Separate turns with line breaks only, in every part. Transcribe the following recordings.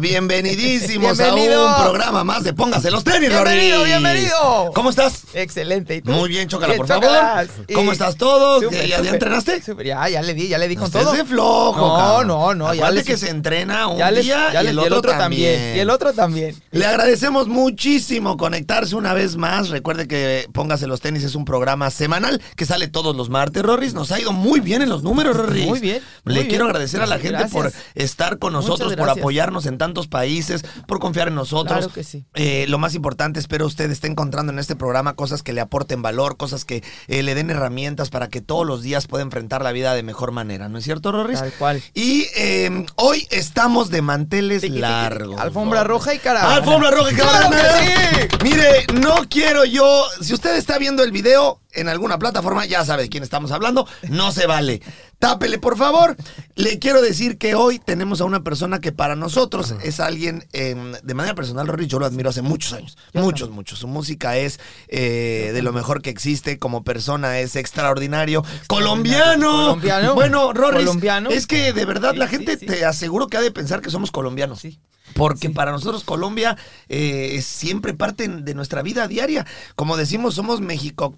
Bienvenidísimos
Bienvenido.
a un programa más de Póngase los tenis,
Bienvenido,
Rory.
bienvenido.
¿Cómo estás?
Excelente. ¿y tú?
Muy bien, Chócala,
Bien,
por
Chócalas.
favor.
Y-
¿Cómo estás todos?
Súper,
¿Ya, ya
súper,
entrenaste?
súper. Ya, ya le di, ya le di
No
con
estés
todo.
de flojo,
No,
cabrón.
no, no, ya
Acuérdate
les-
que se entrena un
ya les-
día
ya
y
les-
el otro, también.
Y el otro también.
Le agradecemos muchísimo conectarse una vez más. Recuerde que Póngase los tenis es un programa semanal que sale todos los martes, Rorris. Nos ha ido muy bien en los números, Rorris.
Muy bien, muy
Le
bien.
quiero agradecer a la gente por
Gracias.
estar con nosotros,
Muchas
por
gracias.
apoyarnos en tantos países, por confiar en nosotros.
Claro que sí.
Eh, lo más importante, espero usted esté encontrando en este programa cosas que le aporten valor, cosas que eh, le den herramientas para que todos los días pueda enfrentar la vida de mejor manera. ¿No es cierto, Rorris?
Tal cual.
Y eh, hoy estamos de manteles
Tiqui, tiqui,
largos.
Este alfombra
Rorris.
roja y caravana.
Alfombra roja y
¡Claro
caravana.
que sí!
Mire, no quiero yo. Si usted está viendo el video en alguna plataforma, ya sabe de quién estamos hablando. No se vale. Tápele, por favor. Le quiero decir que hoy tenemos a una persona que para nosotros es alguien, eh, de manera personal, Rory, yo lo admiro hace muchos años. muchos, muchos. Su música es eh, de lo mejor que existe. Como persona es extraordinario. Colombiano.
Colombiano.
Bueno, Rory,
Colombiano.
es que de verdad la
Sí,
gente
sí, sí.
te aseguro que ha de pensar que somos colombianos.
Sí.
Porque para nosotros Colombia eh, es siempre parte de nuestra vida diaria. Como decimos, somos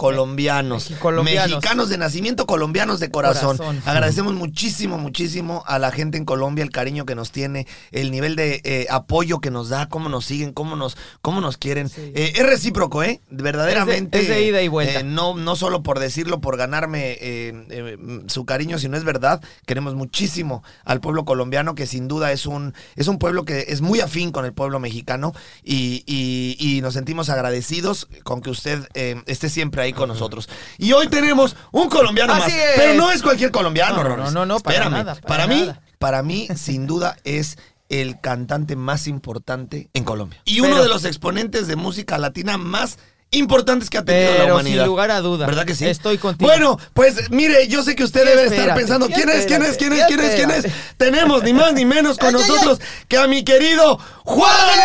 mexico-colombianos.
Mexicolombianos.
Mexicanos de nacimiento, colombianos de corazón.
Corazón.
Agradecemos muchísimo, muchísimo a la gente en Colombia, el cariño que nos tiene, el nivel de eh, apoyo que nos da, cómo nos siguen, cómo nos, cómo nos quieren.
Sí.
Eh, es recíproco, ¿eh? Verdaderamente.
Es de- es de ida y vuelta.
eh, no, no solo por decirlo, por ganarme eh, eh, mm, su cariño, si no es verdad. Queremos muchísimo al pueblo colombiano, que sin duda es un, es un pueblo que es muy afín con el pueblo mexicano y, y- y nos sentimos agradecidos con que usted eh, esté siempre ahí con nosotros. Y hoy tenemos un colombiano
Así
más,
es.
pero no es cualquier colombiano,
No, no,
Robles.
no, no, para
Espérame.
nada, para
mí,
nada.
para mí, sin duda, es el cantante más importante en Colombia. Y uno
Pero-
de los exponentes de música latina más importantes que ha tenido la
Pero
humanidad.
sin lugar a duda.
¿Verdad que sí?
Estoy contigo.
Bueno, pues mire, yo sé que usted
Ya
debe estar
espérate,
pensando,
ya
¿quién es, quién es,
espérate,
quién es,
ya
quién es, quién es?
espérate.
Tenemos ni más ni menos con
Ay, ay, ay.
nosotros que a mi querido Juárez.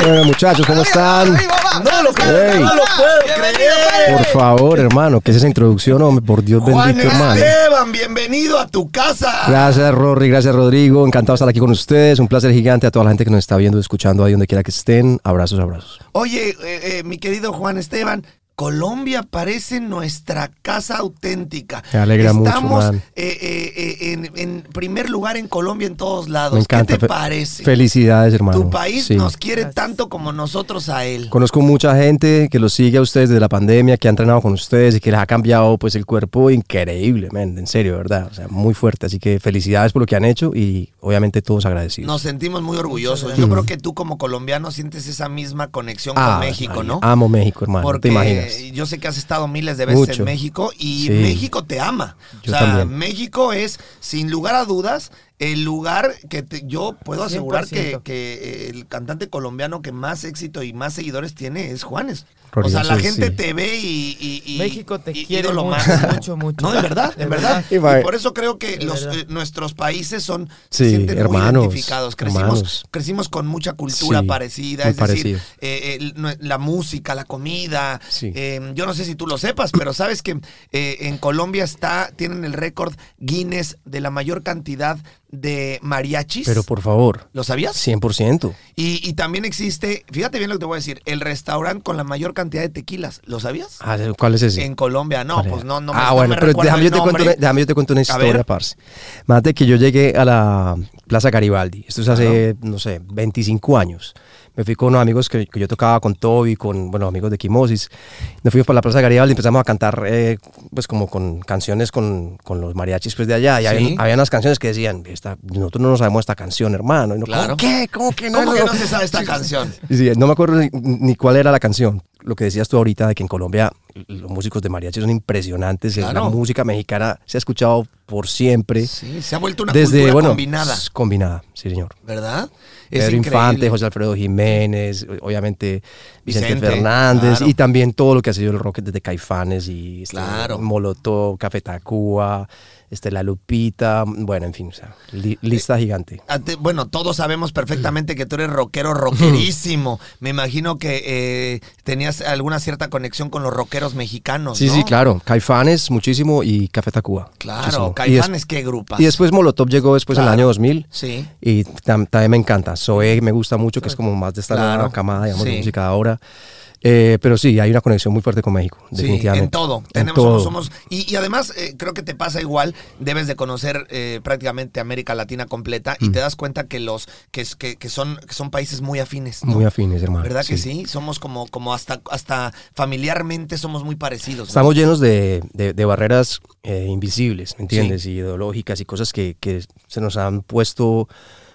Bueno, muchachos, ¿cómo están?
Arriba, va,
No lo
Carlos,
creo, no
Carlos,
lo
va.
puedo
Bienvenido,
creer.
Carlos.
Por favor, hermano, que es esa introducción, hombre, por Dios
Juan
bendito, hermano.
Esteban, bienvenido a tu casa.
Gracias, Rory, gracias, Rodrigo. Encantado de estar aquí con ustedes. Un placer gigante a toda la gente que nos está viendo, escuchando ahí donde quiera que estén. Abrazos, abrazos.
Oye, eh, eh, mi querido Juan Esteban, Colombia parece nuestra casa auténtica.
Me alegra mucho,
Estamos,
man.
eh, eh, eh, en, en primer lugar en Colombia en todos lados.
Me encanta.
¿Qué te
Fe-
parece?
Felicidades, hermano.
Tu país
Sí.
nos quiere tanto como nosotros a él.
Conozco mucha gente que los sigue a ustedes desde la pandemia, que ha entrenado con ustedes y que les ha cambiado pues el cuerpo increíblemente, en serio, ¿verdad? O sea, muy fuerte. Así que felicidades por lo que han hecho y obviamente todos agradecidos.
Nos sentimos muy orgullosos. Yo creo que tú como colombiano sientes esa misma conexión
Ah,
con México,
María,
¿no?
Amo México, hermano.
Porque
te imaginas.
yo sé que has estado miles de veces en
Mucho.
México y
Sí.
México te ama.
Yo
o sea,
también.
México es, sin lugar a dudas, el lugar que te- yo puedo asegurar que,
100%.
que eh, el cantante colombiano que más éxito y más seguidores tiene es Juanes.
Rory,
o sea, la
eso
gente
sí.
te ve y, y- y-
México te
y-
quiere
ídolo
mucho,
máximo.
mucho, mucho.
No, en verdad,
De
en verdad.
verdad.
Y por eso creo que
De
los,
verdad.
eh, nuestros países son
Sí,
se sienten
hermanos,
muy identificados. Crecimos,
hermanos.
crecimos con mucha cultura
Sí,
parecida,
muy
es decir,
parecido.
eh, el- no- la música, la comida.
Sí.
eh, yo no sé si tú lo sepas, pero sabes que eh, en Colombia está, tienen el récord Guinness de la mayor cantidad de mariachis.
Pero por favor,
¿Lo sabías?
100%.
Y, y también existe, fíjate bien lo que te voy a decir, el restaurante con la mayor cantidad de tequilas. ¿Lo sabías?
Ah, ¿Cuál es ese?
En Colombia, no,
¿Cuál
pues
era?
no, no me
Ah,
no
bueno,
me
pero
recuerdo
déjame
el
yo, te cuento
nombre.
una, déjame yo te cuento una historia,
ver.
parce. Más de que yo llegué a la Plaza Garibaldi, esto es hace, no sé, 25 años. Me fui con unos amigos que, que yo tocaba con Toby, con, bueno, amigos de Quimosis. Nos fuimos para la Plaza Garibaldi y empezamos a cantar, eh, pues, como con canciones con, con los mariachis, pues, de allá. Y había, había unas canciones que decían, esta, nosotros no nos sabemos esta canción, hermano. Y no,
Claro.
¿Cómo qué? ¿Cómo que no?
¿Cómo que no se sabe esta canción?
Sí, sí, no me acuerdo ni- ni cuál era la canción. Lo que decías tú ahorita de que en Colombia los músicos de mariachi son impresionantes. eh,
Claro.
La música mexicana se ha escuchado por siempre.
Sí, se ha vuelto una
desde,
cultura
bueno,
combinada,
s- Combinada, sí, señor.
¿verdad? Es
Pedro
increíble.
Infante, José Alfredo Jiménez, o- obviamente Vicente,
Vicente,
Fernández
claro.
y también todo lo que ha sido el rock desde Caifanes y este,
Claro.
Molotov, Café Tacuba, este, La Lupita, bueno, en fin, o sea, li- lista gigante.
Ante- bueno, todos sabemos perfectamente que tú eres rockero, rockerísimo. Me imagino que eh, tenías alguna cierta conexión con los rockeros mexicanos,
Sí,
¿no?
sí, claro, Caifanes muchísimo y Café Tacuba.
Claro,
muchísimo. Y, des-
Caifanes, qué grupa.
y después Molotov llegó después en
Claro.
el año 2000
Sí.
y tam- también me encanta. Zoé me gusta mucho, que es como más de esta nueva
Claro,
camada, digamos,
sí.
de música de ahora. Eh, pero sí, hay una conexión muy fuerte con México,
Sí,
definitivamente.
en todo. Tenemos,
todo.
Somos, y, y además, eh, creo que te pasa igual, debes de conocer eh, prácticamente América Latina completa
Mm.
y te das cuenta que los que, es- que, que son, que son países muy afines. ¿no?
Muy afines, hermano.
¿Verdad que sí? Somos como, como hasta, hasta familiarmente somos muy parecidos. ¿no?
Estamos llenos de, de- de barreras eh, invisibles, ¿me entiendes? Y ideológicas y cosas que, que se nos han puesto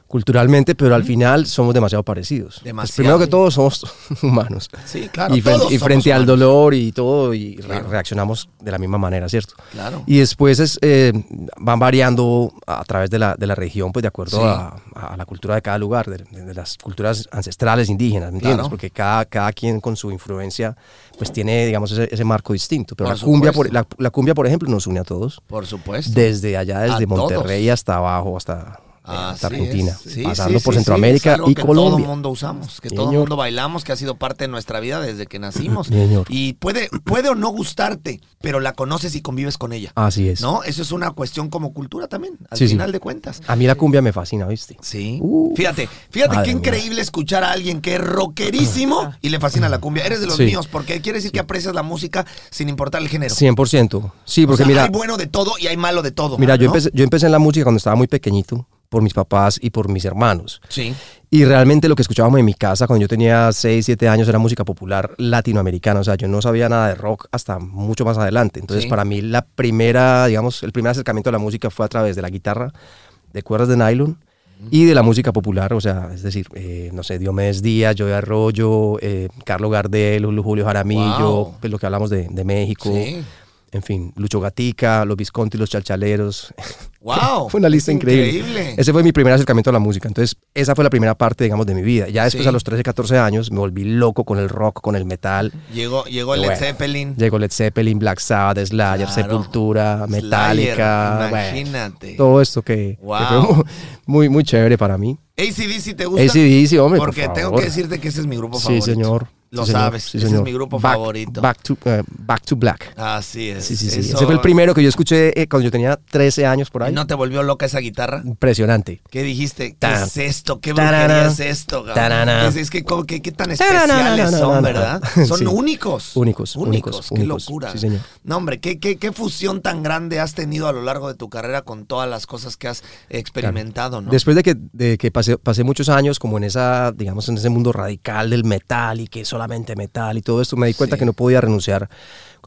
culturalmente, pero al final somos demasiado parecidos. Pues
Demasiado.
primero que todo, somos humanos.
Sí, claro,
Y, fren-
todos
y
somos
frente al
humanos.
dolor y todo, y re-
Claro.
reaccionamos de la misma manera, ¿cierto?
Claro.
Y después es, eh, van variando a través de la, de la región, pues de acuerdo
Sí.
a, a la cultura de cada lugar, de, de- de las culturas ancestrales indígenas, ¿me entiendes?
Claro.
Porque cada, cada quien con su influencia, pues tiene, digamos, ese, ese marco distinto. Pero
Por
la, cumbia, por,
supuesto.
la, la cumbia, por ejemplo, nos une a todos.
Por supuesto.
Desde allá, desde
A
Monterrey
todos.
hasta abajo, hasta, eh, hasta
Así
Argentina,
es. Sí,
pasando
sí,
por
sí, sí, es
Centroamérica
algo
y
que Todo
Colombia.
mundo usamos, que todo
Señor.
mundo bailamos, que ha sido parte de nuestra vida desde que nacimos.
Señor.
Y puede, puede o no gustarte, pero la conoces y convives con ella.
Así Ah, es.
¿No? Eso es una cuestión como cultura también, al
Sí, sí.
final de cuentas.
A mí la cumbia me fascina, ¿viste?
Sí.
Uh,
fíjate, fíjate
madre
qué
mía.
increíble escuchar a alguien que es rockerísimo y le fascina la cumbia. Eres de los
Sí.
míos, porque quiere decir que aprecias la música sin importar el género.
100%. Sí,
O
porque
sea,
mira,
hay bueno de todo y hay malo de todo.
mira yo,
¿no?
empecé, yo empecé en la música cuando estaba muy pequeñito por mis papás y por mis hermanos.
Sí.
Y realmente lo que escuchábamos en mi casa cuando yo tenía 6, 7 años era música popular latinoamericana. O sea, yo no sabía nada de rock hasta mucho más adelante. Entonces,
Sí.
para mí, la primera, digamos, el primer acercamiento a la música fue a través de la guitarra, de cuerdas de nylon y de la música popular. O sea, es decir, eh, no sé, Diomedes Díaz, Joey Arroyo, eh, Carlos Gardel, Lu- Julio Jaramillo,
Wow.
pues lo que hablamos de, de México.
Sí.
En fin, Lucho Gatica, los Visconti, los Chalchaleros.
Wow.
Fue una lista increíble.
Oh, Increíble.
Ese fue mi primer acercamiento a la música. Entonces, esa fue la primera parte, digamos, de mi vida. Ya después,
Sí.
a los 13, 14 años, me volví loco con el rock, con el metal.
Llegó, llegó el
Bueno,
Led Zeppelin.
Llegó Led Zeppelin, Black Sabbath, Slayer,
Claro.
Sepultura,
Slayer,
Metallica. bueno,
imagínate.
todo esto que, que
Wow.
fue muy, muy chévere para mí.
ACDC te gusta.
ACDC, hombre, por
Porque tengo
favor.
que decirte que ese es mi grupo
Sí,
favorito.
señor.
Lo
Sí, señor.
sabes.
Sí,
ese es
señor.
mi grupo
Back-
favorito.
Back to, eh, back to Black.
Así es.
Sí, sí, sí.
Eso-
Ese fue el primero que yo escuché eh, cuando yo tenía 13 años por ahí.
¿No te volvió loca esa guitarra?
Impresionante.
¿Qué dijiste? ¿Qué
Tan.
es esto? ¿Qué brujería
Tarara.
es esto? cabrón?
Tarara.
Es, es que como que- qué tan
Tarara,
especiales
na, na,
son,
na, na.
¿verdad? Son
Sí.
únicos. Únicos.
Únicos, únicos,
Qué
únicos.
locura.
Sí, señor.
No, hombre, ¿qué, qué, qué fusión tan grande has tenido a lo largo de tu carrera con todas las cosas que has experimentado, ¿no?
Después de que, de que pasé, pasé muchos años como en esa, digamos, en ese mundo radical del metal y que solamente metal y todo esto, me di cuenta
Sí.
que no podía renunciar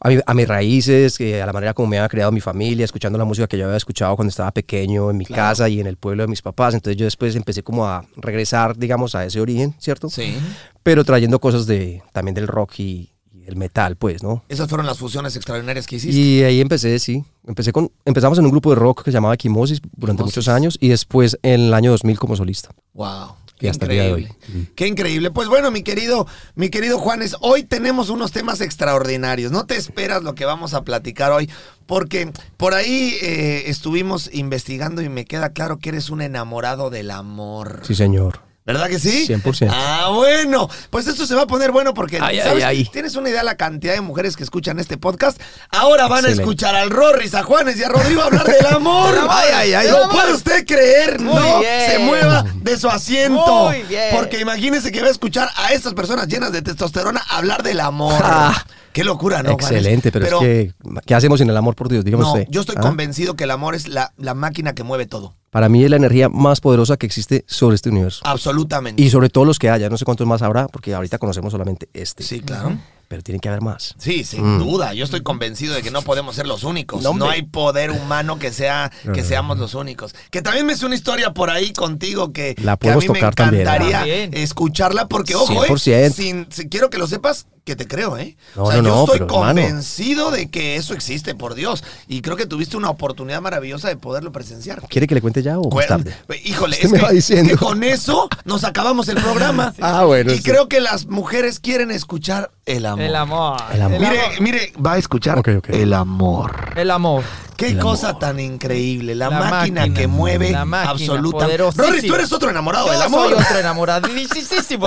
a, mi- a mis raíces, eh, a la manera como me había creado mi familia, escuchando la música que yo había escuchado cuando estaba pequeño en mi
Claro.
casa y en el pueblo de mis papás. Entonces yo después empecé como a regresar, digamos, a ese origen, ¿cierto?
Sí.
Pero trayendo cosas de, también del rock y, y el metal, pues, ¿no?
Esas fueron las fusiones extraordinarias que hiciste.
Y ahí empecé, sí. Empecé con, empezamos en un grupo de rock que se llamaba Quimosis durante
Quimosis.
muchos años y después en el año 2000 como solista.
Wow.
Y hasta el día de hoy.
Qué increíble. Pues bueno, mi querido, mi querido Juanes, hoy tenemos unos temas extraordinarios. No te esperas lo que vamos a platicar hoy, porque por ahí eh, estuvimos investigando y me queda claro que eres un enamorado del amor.
Sí, señor.
¿Verdad que sí?
100%.
Ah, bueno. Pues esto se va a poner bueno porque
Ay, ay,
¿sabes?
ay.
tienes una idea de la cantidad de mujeres que escuchan este podcast. Ahora van a
Excelente.
escuchar al Rorris, a Juanes y a Rodrigo hablar del amor.
Ay, ay, ay.
¿Lo
Amor.
puede usted creer?
Muy
no
bien.
se mueva de su asiento.
Muy bien.
Porque imagínese que va a escuchar a estas personas llenas de testosterona hablar del amor.
Ah.
Qué locura, ¿no? Juanes?
Excelente, pero, es que, ¿qué hacemos sin el amor por Dios? Dígame
no,
usted.
yo estoy
¿Ah?
convencido que el amor es la, la máquina que mueve todo.
Para mí es la energía más poderosa que existe sobre este universo.
Absolutamente.
Y sobre todos los que haya, no sé cuántos más habrá, porque ahorita conocemos solamente este.
sí, claro.
pero tiene que haber más.
Sí, sin duda. Yo estoy convencido de que no podemos ser los únicos.
No,
No,
Mm. hombre.
hay poder humano que sea que
no,
seamos los únicos. Que también me hizo una historia por ahí contigo que,
La
que a
podemos
mí me
tocar también, ¿eh? ¿no?
encantaría
También.
escucharla porque ojo, eh,
100%.
sin, si- quiero que lo sepas que te creo, ¿eh?
No,
o sea,
no,
yo
no,
estoy
pero, hermano.
convencido de que eso existe, por Dios. Y creo que tuviste una oportunidad maravillosa de poderlo presenciar.
¿Quiere que le cuente ya o
Cu-
más tarde?
Híjole,
Usted
es
me
que,
va diciendo.
es que con eso nos acabamos el programa.
Ah, bueno,
Y
sí.
creo que las mujeres quieren escuchar el amor.
El amor.
El amor.
Mire, mire, va a escuchar
Ok, ok.
el amor.
El amor.
Qué
El
cosa
amor.
tan increíble. La,
La
máquina,
máquina,
que mueve
la máquina,
absoluta.
poderosísima.
Rory, tú eres otro enamorado
Yo
del amor.
soy otro enamoradísimo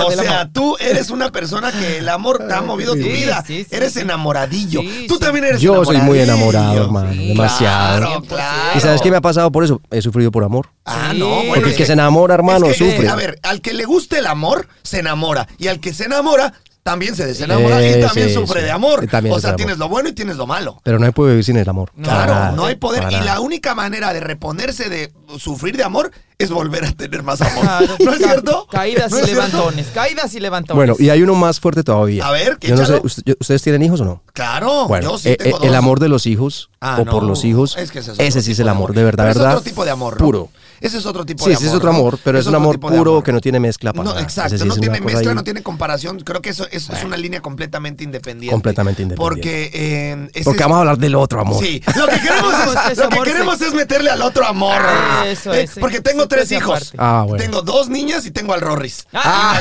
O
del
sea,
amor.
tú eres una persona que el amor te ha movido tu
Sí,
vida.
sí, sí,
eres
sí.
enamoradillo.
Sí,
tú
sí.
también eres
Yo soy muy
enamoradillo.
enamorado, hermano,
Sí,
Ah, demasiado.
Claro, claro.
¿Y sabes qué me ha pasado por eso? He sufrido por amor.
Ah, no, bueno,
Porque
es
el que se enamora, hermano,
es que,
sufre.
A ver, al que le gusta el amor, se enamora. Y al que se enamora, también se desenamora y
Eh,
también
sí,
sufre
sí.
de amor.
Y también
o
sufre
sea,
de amor.
tienes lo bueno y tienes lo malo.
Pero no hay puede vivir sin el amor.
Claro,
Para nada,
no hay poder.
para
Y
nada.
la única manera de reponerse de sufrir de amor es volver a tener más amor.
Claro.
¿No es cierto?
Ca- Caídas
¿No
y
es cierto?
levantones. Caídas y levantones.
Bueno, y hay uno más fuerte todavía.
A ver, que
Yo no sé,
échalo.
¿ust- yo- ¿ustedes tienen hijos o no?
Claro,
Bueno,
Oh, yo sí
eh,
tengo
eh,
dos.
el amor de los hijos
Ah,
o
no,
por los hijos,
es que ese, es otro
sí es
tipo
el
de
amor, de verdad,
Pero
¿verdad?
Es otro tipo de amor. ¿no?
Puro.
Ese es otro tipo
Sí,
de amor.
ese es otro
¿no?
amor, pero es, un
otro
amor
tipo de
puro
amor.
que no tiene mezcla para
No,
nada.
exacto,
Ese sí
no
es una
tiene
cosa
mezcla,
ahí.
no tiene comparación. Creo que eso, eso es una línea completamente independiente.
Completamente independiente.
Porque, eh, ese
Porque
es-
vamos a hablar del otro amor.
Sí, lo que queremos,
Vamos, que
es,
ese
lo que
amor se-
queremos es meterle al otro amor.
Ah,
Rorris.
eso
Eh,
es,
Porque
sí,
tengo
sí,
tres
precio
hijos.
aparte.
Ah, bueno.
Tengo dos niñas y tengo al Rorris.
Ah.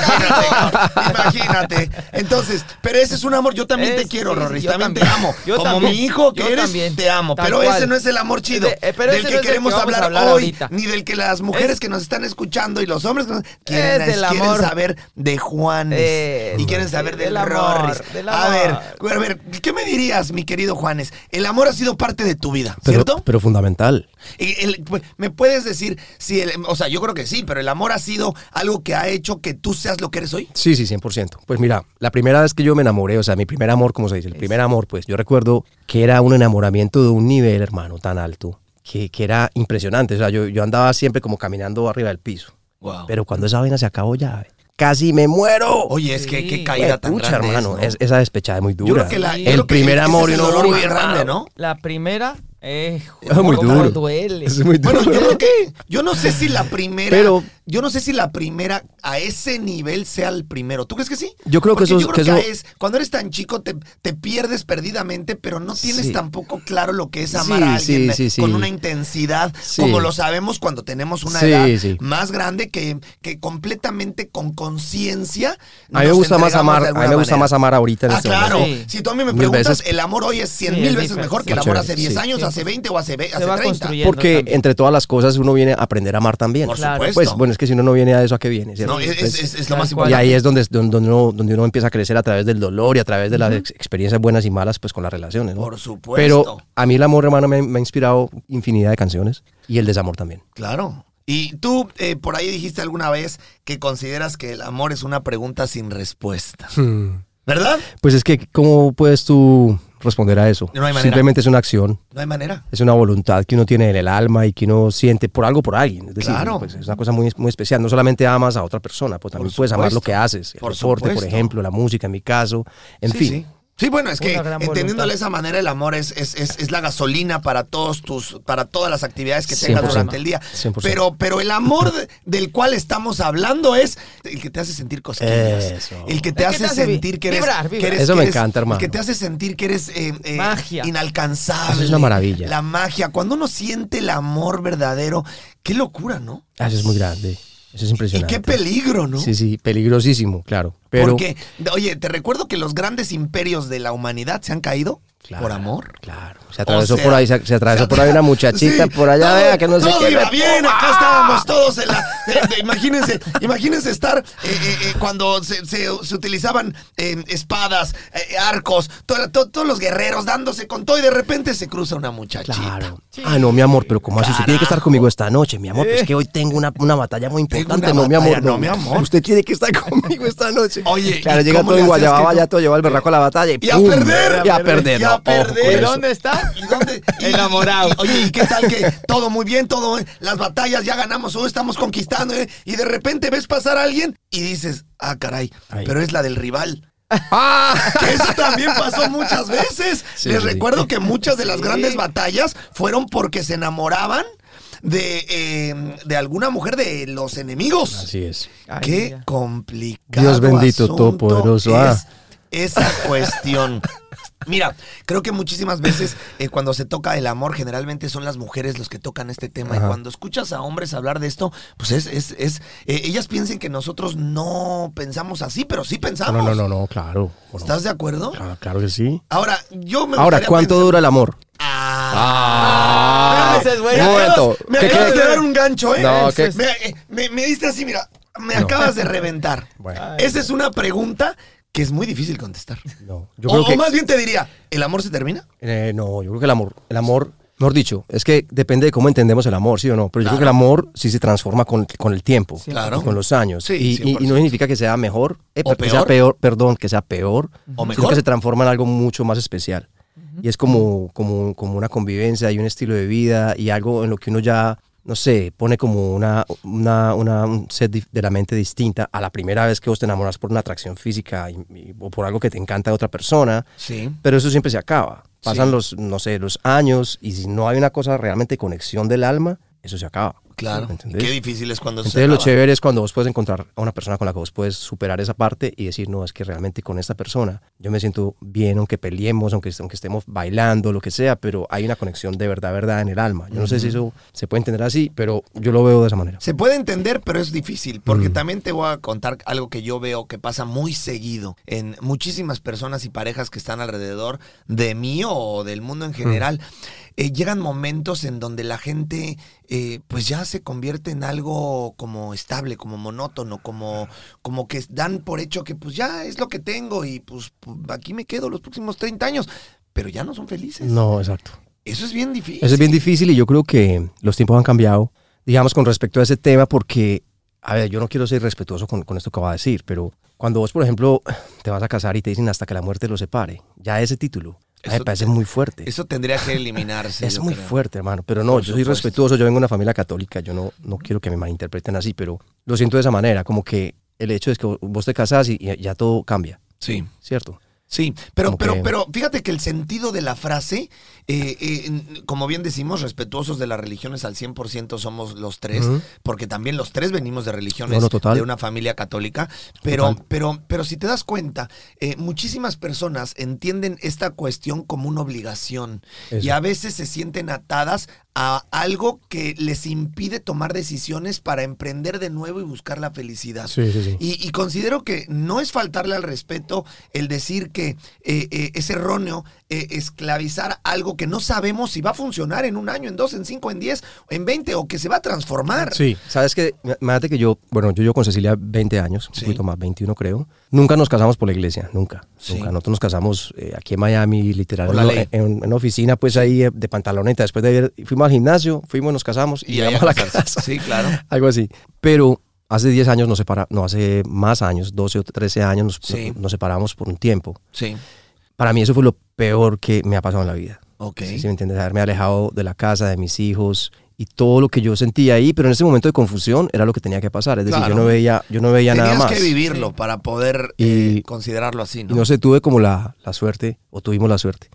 imagínate, imagínate. Entonces, pero ese es un amor. Yo también te
Es-
quiero,
sí, sí,
Rorris.
yo
también, te
también.
amo.
Yo
Como
también.
mi hijo que
Yo
eres,
también.
te amo.
Tal
pero ese
cual.
no es el amor chido
Eh, pero
del
ese
que
no es el que
queremos
vamos
hablar,
a hablar
hoy,
ahorita.
ni del que las mujeres
Es-
que nos están escuchando y los hombres que nos- quieren,
Es del
quieren
amor.
saber de Juanes
Es-
y quieren saber del,
del amor,
Rorris.
del
A ver,
amor.
a ver, ¿qué me dirías, mi querido Juanes? El amor ha sido parte de tu vida,
pero,
¿cierto?
pero fundamental.
Y el- pues, ¿Me puedes decir si el, o sea, yo creo que sí, pero el amor ha sido algo que ha hecho que tú seas lo que eres hoy?
Sí, sí, 100%. Pues mira, la primera vez que yo me enamoré, o sea, mi primer amor, como se dice, el primer amor, pues yo recuerdo que era un enamoramiento de un nivel, hermano, tan alto, que, que era impresionante. O sea, yo, yo andaba siempre como caminando arriba del piso.
Wow.
Pero cuando esa vaina se acabó ya, casi me muero.
Oye, es que
Sí.
qué caída tan
Pucha,
grande
hermano,
es, ¿no?
es- esa despechada es muy dura.
Yo creo que la- yo
el
creo que
primer
ese
amor
es
y
el
uno
dolor muy
¡ah!
grande, ¿no?
La primera es...
Es muy
¿Cómo
duro.
duele.
Es muy duro.
Bueno, yo creo que yo no sé si la primera,
Pero-
yo no sé si la primera a ese nivel sea el primero. ¿Tú crees que sí?
Yo creo que
Porque
eso-
yo creo
que
que
eso-
es cuando eres tan chico te, te pierdes perdidamente, pero no tienes
Sí.
tampoco claro lo que es amar
Sí,
a alguien
sí,
eh,
sí,
con
sí.
una intensidad
Sí.
como lo sabemos cuando tenemos una
Sí,
edad
sí.
más grande que, que completamente con conciencia.
A mí me
nos
gusta más
entregamos
amar,
de
a mí me
alguna
gusta
manera.
más amar ahorita en
Ah,
este
claro.
momento.
Sí.
Si tú a mí me
Mil
preguntas,
veces.
el amor hoy es cien
Sí,
mil
es
veces mejor que el
diferente.
amor hace 10
Sí.
años,
Sí.
hace 20 o hace, ve- hace
Se va
30.
construyendo.
Porque
también.
entre todas las cosas uno viene a aprender a amar también.
Por
Claro.
supuesto.
Pues bueno, es que si uno no viene a eso, ¿a qué viene? cierto?
no, es,
Pues,
es- es- es lo
tal
más
cual.
y
importante.
ahí es donde, donde, donde uno, donde uno empieza a crecer a través del dolor y a través de las ex- experiencias buenas y malas, pues con las relaciones. ¿no?
Por supuesto.
Pero a mí el amor, hermano, me, me ha inspirado infinidad de canciones y el desamor también.
Claro. Y tú eh, por ahí dijiste alguna vez que consideras que el amor es una pregunta sin respuesta. ¿Verdad?
Pues es que, ¿cómo puedes tú responder a eso?
No hay manera.
Simplemente es una acción.
No hay manera.
Es una voluntad que uno tiene en el alma y que uno siente por algo, por alguien. Es decir,
Claro.
pues, es una cosa muy, muy especial. No solamente amas a otra persona, pues también puedes amar lo
supuesto.
que haces. El
Por
deporte, por
supuesto.
ejemplo, la música, en mi caso. En
Sí,
fin.
Sí. Sí, bueno, es que
Una gran
entendiéndole
voluntad.
de esa manera, el amor es, es, es- es la gasolina para todos tus, para todas las actividades que tengas
100%.
durante el día.
100%.
Pero, pero el amor de- del cual estamos hablando es el que te hace sentir cosquillas.
Eso.
El que te
El que
hace
te hace vi-
sentir que eres,
vibrar, vibrar.
que eres-
Eso
que
me
eres-
encanta,
El
hermano.
que te hace sentir que eres eh, eh,
Magia.
inalcanzable.
Eso es una maravilla.
La magia. Cuando uno siente el amor verdadero, qué locura, ¿no?
Ah, Eso es muy grande. Eso es
Y
impresionante. pues.
qué peligro, ¿no?
Sí, sí, peligrosísimo, claro. Pero,
Porque, oye, te recuerdo que los grandes imperios de la humanidad se han caído
Claro,
por amor.
Claro. Se atravesó
O sea,
por ahí, se, se atravesó
se
por ahí
atra-
una muchachita
Sí,
por allá,
todo-
vea que no sé
todo
qué.
iba bien, acá estábamos todos en la. eh, eh, imagínense, imagínense estar eh, eh, eh, cuando se, se- se utilizaban eh, espadas, eh, arcos, to- to- todos los guerreros dándose con todo y de repente se cruza una muchachita.
Claro. Ah, no, mi amor, pero como así? Usted tiene que estar conmigo esta noche, mi amor. Pues que hoy tengo una, una batalla muy
Eh. Tengo
importante,
una
no, mi
batalla,
amor.
no, mi amor.
Usted tiene que estar conmigo esta noche.
Oye,
claro,
¿y
llega
cómo
todo
le
en
hacías que
Guayababa,
no? Eh,
ya todo llevado el berraco a la batalla. Y,
Y a
¡pum!
perder.
Y a perder.
Y a
no, ojo con
perder.
¿Y
eso.
dónde está?
¿Y dónde? Y-
Enamorado.
y- oye, ¿y qué tal que todo muy bien, todo muy- las batallas ya ganamos, hoy estamos conquistando eh, y de repente ves pasar a alguien y dices, ah, caray,
Ay.
pero es la del rival. Que eso también pasó muchas veces.
Sí,
Les
sí.
recuerdo que muchas de las grandes batallas fueron porque se enamoraban de, eh, de alguna mujer de los enemigos.
Así es.
Ay,
Qué
ya.
complicado.
Dios bendito,
asunto
todopoderoso, ah.
es esa cuestión. Mira, creo que muchísimas veces eh, cuando se toca el amor, generalmente son las mujeres los que tocan este tema. Y
Ajá.
cuando escuchas a hombres hablar de esto, pues es, es, es eh, ellas piensen que nosotros no pensamos así, pero sí
No,
pensamos.
no, no, no, no, claro. Bueno,
¿Estás de acuerdo?
claro, claro que sí.
Ahora, yo me
Ahora,
gustaría
¿cuánto
pensar-
dura el amor?
Ah,
Ah, ese es bueno.
Un
me acabas-
momento.
Me
¿Qué
acabas
crees?
de dar un gancho, ¿eh?
No,
Ese
¿qué?
es- Me, eh, me- me diste así, mira, me
No.
acabas de reventar.
Bueno,
Esa es una pregunta que es muy difícil contestar.
no. Yo
o,
creo
o
que.
más bien te diría, ¿el amor se termina?
Eh, no, yo creo que el amor, el amor, mejor dicho, es que depende de cómo entendemos el amor, sí o no, pero yo
Claro.
creo que el amor sí se transforma con, con el tiempo,
Claro.
y con los años,
Sí,
y- y, y
100%.
no significa que sea mejor, eh,
O
que sea
peor.
peor, perdón, que sea peor,
O
sino
mejor.
que se transforma en algo mucho más especial. Y es como, como, como una convivencia y un estilo de vida y algo en lo que uno ya, no sé, pone como una, una, una- un set dif- de la mente distinta a la primera vez que vos te enamoras por una atracción física y- y- o por algo que te encanta de otra persona.
Sí.
Pero eso siempre se acaba. Pasan
Sí.
los, no sé, los años y si no hay una cosa realmente conexión del alma, eso se acaba.
Claro.
¿Entendés?
Qué difícil es cuando se
Entonces lo
acaba.
chévere es cuando vos puedes encontrar a una persona con la que vos puedes superar esa parte y decir, no, es que realmente con esta persona yo me siento bien aunque peleemos, aunque, est- aunque estemos bailando, lo que sea, pero hay una conexión de verdad, verdad en el alma. Yo no sé si eso se puede entender así, pero yo lo veo de esa manera.
Se puede entender, pero es difícil,
Mm.
porque también te voy a contar algo que yo veo que pasa muy seguido en muchísimas personas y parejas que están alrededor de mí o del mundo en
Mm.
general. Eh, llegan momentos en donde la gente eh, pues ya se convierte en algo como estable, como monótono, como, como que dan por hecho que pues ya es lo que tengo y pues pu- aquí me quedo los próximos 30 años, pero ya no son felices.
No, exacto.
Eso es bien difícil.
Eso es bien difícil y yo creo que los tiempos han cambiado, digamos, con respecto a ese tema, porque, a ver, yo no quiero ser irrespetuoso con, con esto que va a decir, pero cuando vos, por ejemplo, te vas a casar y te dicen hasta que la muerte los separe, ya ese título, a mí
Eso-
me parece muy fuerte.
Eso tendría que eliminarse.
es
yo
muy
creo.
fuerte, hermano. Pero no,
Por
yo soy
supuesto.
respetuoso, yo vengo de una familia católica, yo no, no quiero que me malinterpreten así, pero lo siento de esa manera, como que el hecho es que vos- vos te casás y y ya todo cambia,
Sí.
¿cierto?
Sí, pero,
Como
pero,
que-
pero fíjate que el sentido de la frase, eh, eh, n- como bien decimos, respetuosos de las religiones al 100% somos los tres,
Ujú.
porque también los tres venimos de religiones
No, no, total.
de una familia católica, pero,
Total.
pero, pero si te das cuenta, eh, muchísimas personas entienden esta cuestión como una obligación
Eso.
y a veces se sienten atadas a algo que les impide tomar decisiones para emprender de nuevo y buscar la felicidad.
sí, sí.
Y, y considero que no es faltarle al respeto el decir que eh, eh, es erróneo eh, esclavizar algo que no sabemos si va a funcionar en un año, en dos, en cinco, en diez, en veinte o que se va a transformar.
Sí. Sabes que, imagínate que yo, bueno, yo llevo con Cecilia 20 años,
Sí.
un poquito más, 21 creo. Nunca nos casamos por la iglesia, nunca.
Sí.
Nunca. Nosotros nos casamos eh, aquí en Miami, literal,
Por la
en,
ley.
en- en una oficina, pues ahí eh, de pantaloneta. Después de ayer fuimos al gimnasio, fuimos, nos casamos y,
Y ahí
llegamos
a
a la
casarse.
casa.
Sí, claro.
Algo así. Pero hace 10 años nos separamos, no, hace más años, 12 o 13 años nos,
Sí.
nos separamos por un tiempo.
Sí.
Para mí eso fue lo peor que me ha pasado en la vida.
Ok.
Sí, sí, me entiendes, haberme alejado de la casa, de mis hijos y todo lo que yo sentía ahí, pero en ese momento de confusión era lo que tenía que pasar, es decir,
Claro.
yo no veía, yo no veía
Tenías
nada más.
que vivirlo para poder
Y-
eh, considerarlo así,
Y
¿no?
no sé, tuve como la, la suerte, o tuvimos la suerte,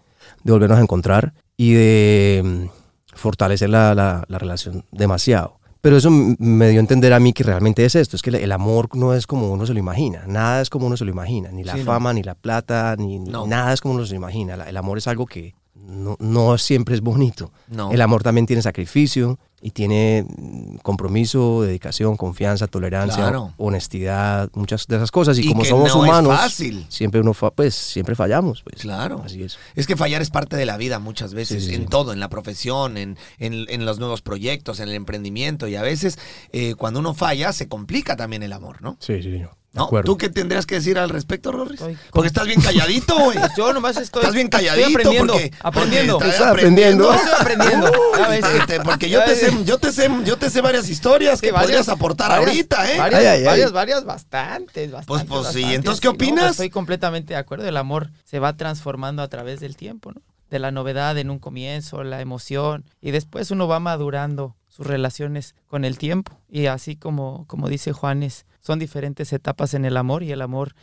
de volvernos a encontrar y de mm, fortalecer la, la- la relación demasiado. Pero eso m- me dio a entender a mí que realmente es esto, es que el amor no es como uno se lo imagina, nada es como uno se lo imagina, ni la
Sí, no.
fama, ni la plata, ni, ni
No.
nada es como uno se lo imagina. La- el amor es algo que no, no siempre es bonito.
No.
El amor también tiene sacrificio y tiene mm, compromiso, dedicación, confianza, tolerancia,
Claro.
honestidad, muchas de esas cosas. Y,
Y
como
que
somos
no es
humanos,
fácil.
siempre uno fa- pues siempre fallamos, pues.
Claro.
Así es.
Es que fallar es parte de la vida muchas veces,
Sí, sí,
en
sí.
todo, en la profesión, en, en- en los nuevos proyectos, en el emprendimiento. Y a veces, eh, cuando uno falla, se complica también el amor, ¿no?
Sí, sí, señor.
¿No? ¿Tú qué tendrías que decir al respecto, Rorris?
Estoy
Porque estás bien calladito, güey.
Yo nomás estoy.
Estás bien
estoy
calladito.
aprendiendo.
porque-
aprendiendo.
porque
Estás aprendiendo.
No estoy aprendiendo. Ya
Uy, te-
ves.
te- porque yo
Ya
te,
ves.
sé, yo, te sé, yo te sé varias historias
Sí,
que
varias-
podrías aportar
varias-
ahorita, ¿eh?
Varias,
Ay, ay, ay.
varias, varias, bastantes, bastantes.
Pues, pues, sí,
bastantes.
¿entonces qué
no, pues,
opinas?
estoy completamente de acuerdo. El amor se va transformando a través del tiempo, ¿no? De la novedad en un comienzo, la emoción. Y después uno va madurando sus relaciones con el tiempo. Y así como, como dice Juanes, son diferentes etapas en el amor y el amor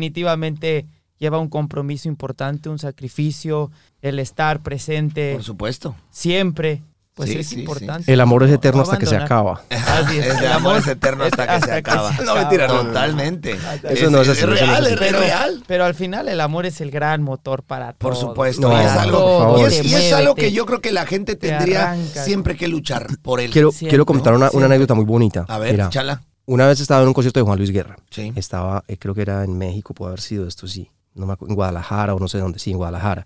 definitivamente lleva un compromiso importante, un sacrificio, el estar presente
Por supuesto.
siempre. Pues
Sí,
es
sí, sí.
importante.
El amor es
No
eterno hasta que se
abandonar.
acaba.
Así es.
El amor es eterno hasta que se acaba.
se
No, mentira,
acaba.
totalmente.
Eso no es así, eso no es
real,
así.
es real.
Pero al final el amor es el gran motor para todo.
Por supuesto,
No,
y es
Para
por
algo,
todo,
y
favor.
es,
te
y es
mueve,
algo
te-
que yo creo que la gente tendría
arranca.
siempre que luchar por él.
Quiero,
Siempre,
quiero comentar una, una
siempre.
anécdota muy bonita.
A ver,
Mira,
chala.
una vez estaba en un concierto de Juan Luis Guerra.
Sí.
Estaba, eh, creo que era en México, puede haber sido esto, sí. No me acu- en Guadalajara o no sé dónde, sí, en Guadalajara.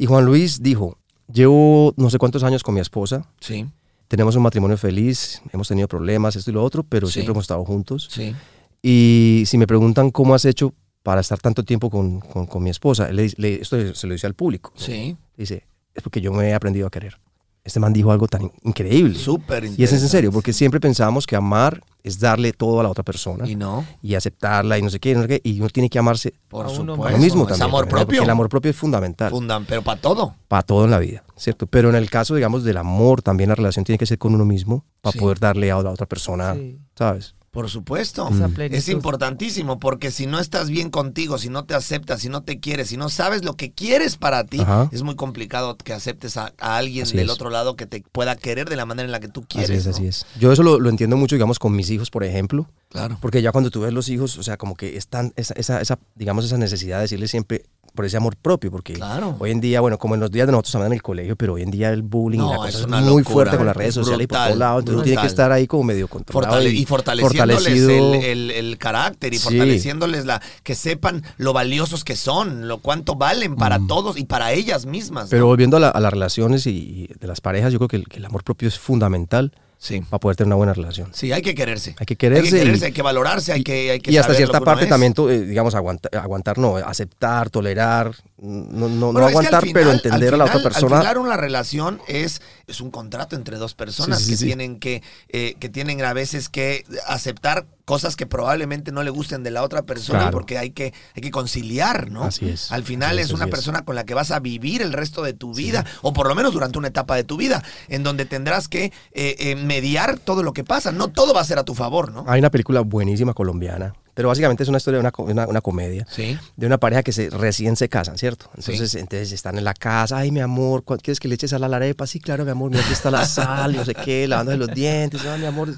Y Juan Luis dijo, llevo no sé cuántos años con mi esposa,
Sí,
tenemos un matrimonio feliz, hemos tenido problemas, esto y lo otro, pero
Sí.
siempre hemos estado juntos.
sí.
Y si me preguntan cómo has hecho para estar tanto tiempo con, con- con mi esposa, él le dice- le- esto se lo dice al público. ¿no?
Sí.
Dice, es porque yo me he aprendido a querer. Este man dijo algo tan in- increíble.
Súper
y es en
interesante.
serio, porque siempre pensamos que amar es darle todo a la otra persona
Y
y,
no,
aceptarla y no sé qué, y no sé qué, y uno tiene que amarse
por
A uno
supuesto.
a
Por
uno mismo
es
también.
amor
¿verdad? Porque
propio.
El amor propio es fundamental
Fundan- pero para todo.
para todo en la vida, ¿cierto? Pero en el caso, digamos, del amor, también la relación tiene que ser con uno mismo para
Sí.
poder darle a la otra persona,
Sí.
¿sabes?
Por supuesto.
Esa plenitud.
Es importantísimo porque si no estás bien contigo, si no te aceptas, si no te quieres, si no sabes lo que quieres para ti,
Ajá.
es muy complicado que aceptes a, a alguien
Así
del
es.
otro lado que te pueda querer de la manera en la que tú quieres.
así es, así es. Yo eso lo, lo entiendo mucho, digamos, con mis hijos, por ejemplo,
Claro.
porque ya cuando tú ves los hijos, o sea, como que están, esa, esa, esa, digamos, esa necesidad de decirle siempre por ese amor propio, porque
Claro.
hoy en día, bueno, como en los días de nosotros también en el colegio, pero hoy en día el bullying
No,
y la cosa
es
es,
una
muy
locura.
fuerte con las redes
Es
sociales y por
brutal,
todos lados, entonces uno tiene que
brutal.
estar ahí como medio controlado
Fortale-
y,
y fortaleciéndoles
fortalecido.
el, el- el carácter y
Sí.
fortaleciéndoles la que sepan lo valiosos que son, lo cuánto valen para todos y para ellas mismas. ¿no?
Mm. Pero volviendo a, la- a las relaciones y, y de las parejas, yo creo que el, que el amor propio es fundamental
sí.
para poder tener una buena relación.
Sí, hay que quererse.
Hay que quererse
Hay que,
y-
hay que valorarse, hay que, hay que
y
saber
hasta
lo
cierta
que uno
parte
es.
también, tú, eh, digamos, aguanta- aguantar, no, aceptar, tolerar, no, no,
Bueno, es que
no
al
aguantar,
final-
pero entender
al
a la otra
final-
persona.
Al final una relación es, es un contrato entre dos personas
Sí, sí,
que
sí, sí.
tienen que, eh, que tienen a veces que aceptar cosas que probablemente no le gusten de la otra persona
Claro.
porque hay que, hay que conciliar, ¿no?
Así es.
Al final
Así
es,
es,
una
así es.
persona con la que vas a vivir el resto de tu vida, o por lo menos durante una etapa de tu vida, en donde tendrás que eh, eh, mediar todo lo que pasa. No todo va a ser a tu favor, ¿no?
Hay una película buenísima colombiana, pero básicamente es una historia de una, co- una- una comedia.
Sí.
De una pareja que se, recién se casan, ¿cierto? Entonces, entonces están en la casa, ay, mi amor, ¿cuál- ¿quieres que le eches sal a la arepa? Sí, claro, mi amor, mira, aquí está la sal, no sé qué, lavándose los dientes, ay, mi amor.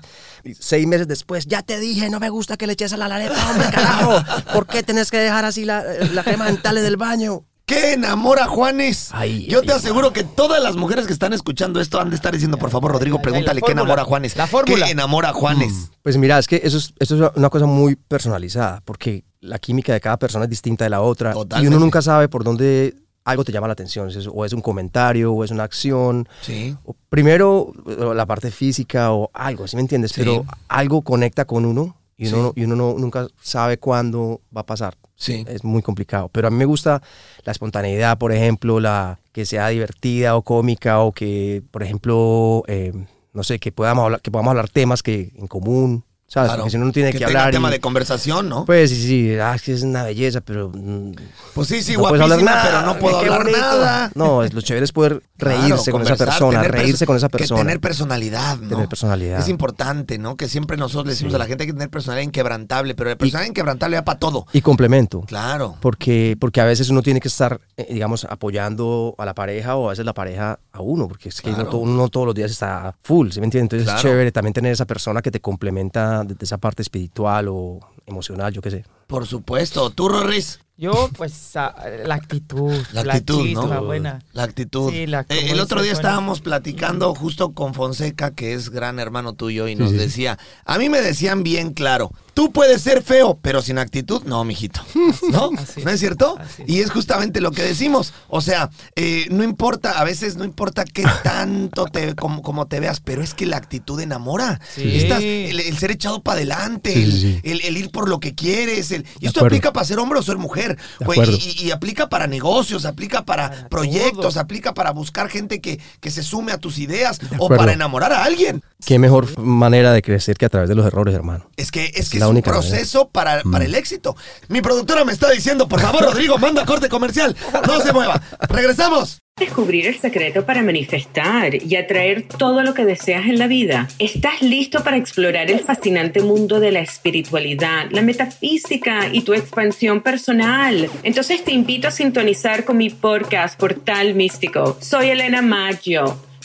Y seis meses después, ya te dije, no me gusta que le eches sal a la arepa, hombre, carajo, ¿por qué tenés que dejar así la, la crema dental del baño?
¿Qué enamora Juanes?
Ay,
Yo te
ay,
aseguro que todas las mujeres que están escuchando esto han de estar diciendo, por favor, Rodrigo,
ay,
pregúntale qué
la fórmula,
enamora Juanes.
la fórmula. Mm.
¿Qué enamora Juanes?
Pues mira, es que eso es, eso es una cosa muy personalizada, porque la química de cada persona es distinta de la otra. Y
Totalmente.
uno nunca sabe por dónde algo te llama la atención, si es- o es un comentario, o es una acción.
Sí.
o primero, o la parte física o algo, ¿sí me entiendes?
Sí.
Pero algo conecta con uno y uno,
Sí.
no- y uno no- nunca sabe cuándo va a pasar.
Sí.
Es muy complicado. Pero a mí me gusta la espontaneidad, por ejemplo, la que sea divertida o cómica o que, por ejemplo, eh, no sé, que podamos hablar, que podamos hablar temas que en común, ¿sabes?
Claro.
Porque si no, uno tiene que,
que tenga
hablar.
tema
y-
de conversación, ¿no? Pues,
Pues sí, sí, ah, es que es una belleza, pero... mm,
sí, sí,
no puedes hablar
guapísima,
nada,
pero no
qué
puedo hablar
bonito.
nada.
No, es- lo chévere es poder
Claro,
reírse con esa
conversar,
persona,
tener perso-
reírse con esa persona.
Que tener personalidad, ¿no?
Tener personalidad.
Es importante, ¿no? Que siempre nosotros le decimos a la gente que tener personalidad inquebrantable, pero la personalidad inquebrantable va para todo.
Y complemento.
Claro.
Porque, porque a veces uno tiene que estar, eh, digamos, apoyando a la pareja o a veces la pareja a uno, porque es que
Claro.
no, to- uno no todos los días está full, ¿sí me entiendes? Entonces
Claro.
es chévere también tener esa persona que te complementa desde esa parte espiritual o emocional, yo qué sé.
Por supuesto. Tú, Rorris,
Yo, pues, a- la actitud.
La actitud, ¿no?
chispa buena.
La actitud.
Sí, la-
Eh,
como
el
dice
otro día
Juan.
estábamos platicando justo con Fonseca, que es gran hermano tuyo, y nos decía, a mí me decían bien claro, tú puedes ser feo, pero sin actitud, no, mijito. ¿No?
así es.
¿No es cierto?
Así es.
Y es justamente lo que decimos. O sea, eh, no importa, a veces no importa qué tanto te, como, como te veas, pero es que la actitud enamora.
Sí.
Estás- el, el ser echado para adelante,
Sí, sí,
el-
sí.
El, el ir por lo que quieres. el- y
De
esto
acuerdo.
aplica para ser hombre o ser mujer.
De
güey, y-
acuerdo.
y, y aplica para negocios, aplica para,
Para
proyectos,
todo.
aplica para buscar gente que, que se sume a tus ideas o
acuerdo.
para enamorar a alguien.
Qué mejor manera de crecer que a través de los errores, hermano.
Es que es,
Es
que
la
es
única
un
manera. Mm.
proceso para, para el éxito. Mi productora me está diciendo, por favor, Rodrigo, manda corte comercial. No se mueva. Regresamos.
Descubrir el secreto para manifestar y atraer todo lo que deseas en la vida. ¿Estás listo para explorar el fascinante mundo de la espiritualidad, la metafísica y tu expansión personal? Entonces te invito a sintonizar con mi podcast Portal Místico. Soy Elena Maggio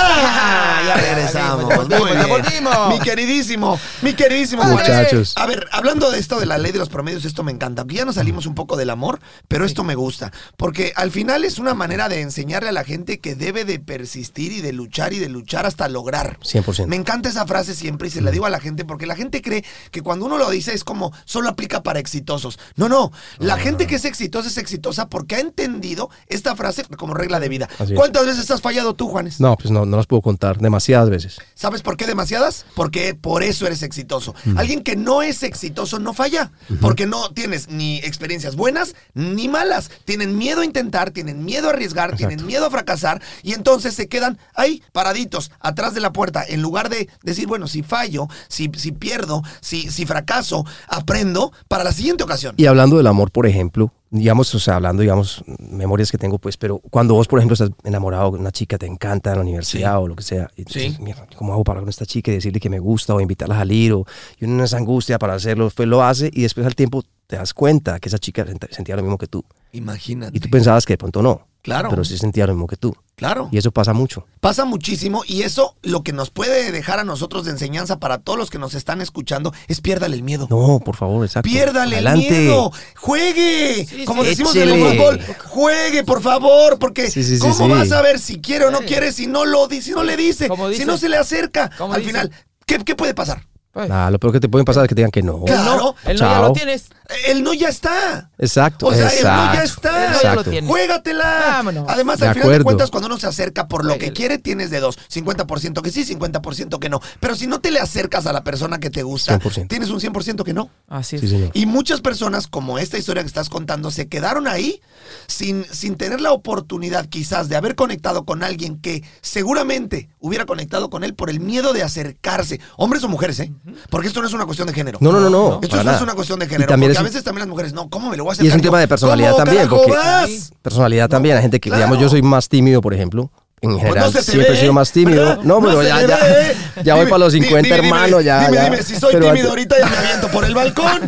Ah, ya regresamos.
Volvimos,
Muy bien.
volvimos.
Mi queridísimo, mi queridísimo Juan.
Muchachos.
A ver, hablando de esto de la ley de los promedios, esto me encanta. Aunque ya nos salimos un poco del amor, pero esto me gusta. Porque al final es una manera de enseñarle a la gente que debe de persistir y de luchar y de luchar hasta lograr.
100%.
Me encanta esa frase siempre y se la digo a la gente porque la gente cree que cuando uno lo dice es como solo aplica para exitosos. No, no. La
Ah.
gente que es exitosa es exitosa porque ha entendido esta frase como regla de vida.
Así es.
¿Cuántas veces has fallado tú, Juanes?
No, pues no, no las puedo contar demasiadas veces.
¿Sabes por qué demasiadas? Porque por eso eres exitoso. Alguien que no es exitoso no falla, porque no tienes ni experiencias buenas ni malas. Tienen miedo a intentar, tienen miedo a arriesgar, tienen miedo a fracasar y entonces se quedan ahí paraditos atrás de la puerta en lugar de decir, bueno, si fallo, si, si pierdo, si, si fracaso, aprendo para la siguiente ocasión.
Y hablando del amor, por ejemplo, digamos, o sea, hablando, digamos, memorias que tengo, pues, pero cuando vos, por ejemplo, estás enamorado de una chica, te encanta en la universidad o lo que sea, y
Sí.
dices, "Mierda, ¿cómo hago para hablar con esta chica y decirle que me gusta o invitarla a salir? O, y uno en esa angustia para hacerlo, después lo hace y después al tiempo te das cuenta que esa chica sent- sentía lo mismo que tú.
Imagínate.
Y tú pensabas que de pronto no.
Claro.
Pero sí sentía lo mismo que tú.
Claro.
Y eso pasa mucho.
Pasa muchísimo y eso lo que nos puede dejar a nosotros de enseñanza para todos los que nos están escuchando es piérdale el miedo.
No, por favor, exacto.
Piérdale
Adelante.
el miedo. Juegue. Como decimos en el
Échele.
fútbol, juegue, por favor, porque
Sí, sí, sí,
¿cómo
sí.
vas a ver si quiere o no quiere si no lo dice, si no le dice,
Como
si
dice.
no se le acerca?
Como
Al
dice.
final, ¿qué, qué puede pasar?
Pues,
Ah, lo peor que te pueden pasar es que te digan que no.
Claro.
el no ya
Chao.
lo tienes.
El no ya está.
Exacto.
O sea, el no
exacto,
ya está.
El no ya lo
exacto.
tiene.
Juégatela.
Vámonos.
Además,
De
al final de
acuerdo.
cuentas, cuando uno se acerca por lo que
El-
quiere, tienes de dos. 50% que sí, 50% que no. Pero si no te le acercas a la persona que te gusta,
100%.
tienes un 100% que no.
Así es.
Sí, señor.
Y muchas personas, como esta historia que estás contando, se quedaron ahí sin, sin tener la oportunidad quizás de haber conectado con alguien que seguramente hubiera conectado con él por el miedo de acercarse. Hombres o mujeres, ¿eh? Porque esto no es una cuestión de género.
No, no, no, no.
Esto
para
no es
nada.
una cuestión de
Y
género.
también
Porque
es
a
un-
veces también las mujeres, no, ¿cómo me lo voy a acercar?
Y es un
yo?
tema de personalidad
¿Cómo
también,
carajo
porque
vas?
personalidad también. Hay gente que,
claro. Pues
digamos, yo soy más tímido, por ejemplo. En general,
no se te
siempre
ve,
he sido más tímido.
¿verdad?
No,
No
pero
se
ya,
te
ya,
ve.
ya voy
Dime,
para los
di-
50,
dime,
hermano.
dime,
ya,
dime,
ya.
dime, si soy
Pero
tímido
antes-
ahorita ya me aviento por el balcón.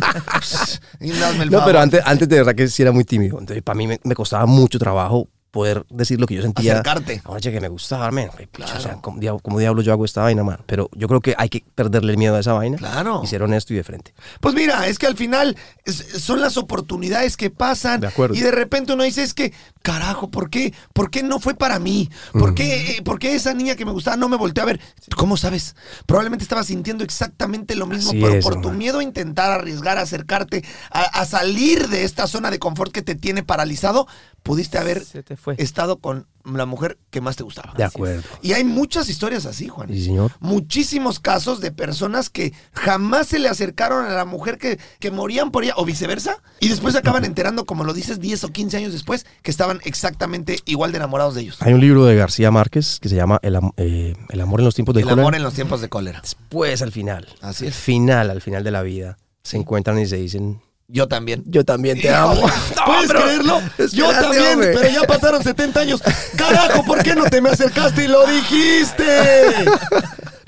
Y hazme el
No,
favor.
pero antes, antes de verdad que sí era muy tímido. Entonces, para mí me, me costaba mucho trabajo poder decir lo que yo sentía.
Acercarte.
A una chica que me gustaba, man. Ay, pucha, o sea, ¿cómo, diablo, cómo diablo yo hago esta vaina, man? Pero yo creo que hay que perderle el miedo a esa vaina.
Claro.
Y ser honesto y de frente.
Pues mira, es que al final es- son las oportunidades que pasan.
De acuerdo.
Y de repente uno dice, es que, carajo, ¿por qué? ¿Por qué no fue para mí? ¿Por, qué, eh, por qué esa niña que me gustaba no me volteó a ver? ¿Cómo sabes? Probablemente estaba sintiendo exactamente lo mismo,
Así
pero
es,
por tu
hermano.
miedo a intentar arriesgar, a acercarte, a, a salir de esta zona de confort que te tiene paralizado, pudiste haber
Se te fue.
estado con la mujer que más te gustaba.
De acuerdo.
Y hay muchas historias así, Juan.
Sí, señor.
Muchísimos casos de personas que jamás se le acercaron a la mujer que, que morían por ella o viceversa. Y después se acaban enterando, como lo dices, 10 o 15 años después, que estaban exactamente igual de enamorados de ellos.
Hay un libro de García Márquez que se llama El, am- eh, El amor en los tiempos del
El amor
cólera.
en los tiempos de cólera.
Después, al final.
Así
Al
es.
final, al final de la vida. Se encuentran y se dicen,
Yo también.
yo también te
Hijo,
amo.
¿Puedes
No, bro.
creerlo? Yo
Espérate,
también,
hombre.
pero ya pasaron 70 años. Carajo, ¿por qué no te me acercaste y lo dijiste?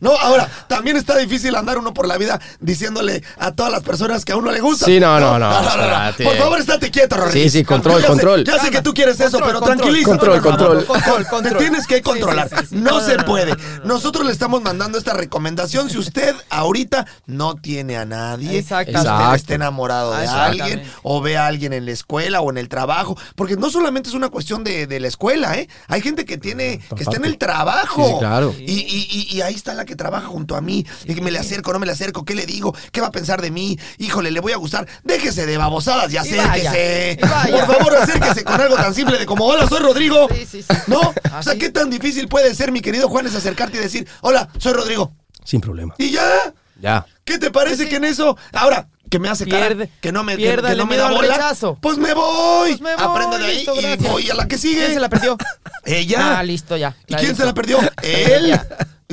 No, ahora, también está difícil andar uno por la vida diciéndole a todas las personas que a uno le gusta.
Sí, no, no, no, espérate.
Por favor, estate quieto, Rory.
Sí, sí,
Ya
control,
sé-
control.
ya sé que tú quieres eso,
Control,
pero
control,
tranquilízate. por
control,
favor.
control.
Control, control.
Te tienes
Sí,
que
sí,
controlar.
sí, sí.
No
No,
se
no, no,
puede.
no, no,
Nosotros le estamos mandando esta recomendación. Si usted ahorita no tiene a nadie,
Exactamente.
usted está enamorado de
Exactamente.
alguien, o ve a alguien en la escuela o en el trabajo, porque no solamente es una cuestión de, de la escuela, ¿eh? Hay gente que tiene, que está en el trabajo.
Mm, Sí, sí, claro.
Y, y- y- y ahí está la que trabaja junto a mí. Y que me le acerco, no me le acerco, ¿qué le digo? ¿Qué va a pensar de mí? Híjole, le voy a gustar. Déjese de babosadas y acérquese.
vaya, y vaya.
Por favor, acérquese con algo tan simple de como, hola, soy Rodrigo.
Sí, sí, sí.
¿No? O sea,
Así.
¿qué tan difícil puede ser, mi querido Juan, es acercarte y decir, hola, soy Rodrigo?
Sin problema.
Y ya.
Ya.
¿Qué te parece que en eso? Ahora, que me hace cara,
Pierde-
que no me, que-
piérdale
que no me
miedo
da
al
bola.
rechazo.
Pues me voy.
Pues me voy,
Aprendo de ahí
listo,
y
gracias.
voy a la que sigue.
¿Quién se la perdió?
Ella.
Ah, listo, ya.
¿Y
La
quién
hizo.
se la perdió? Él.
Ella.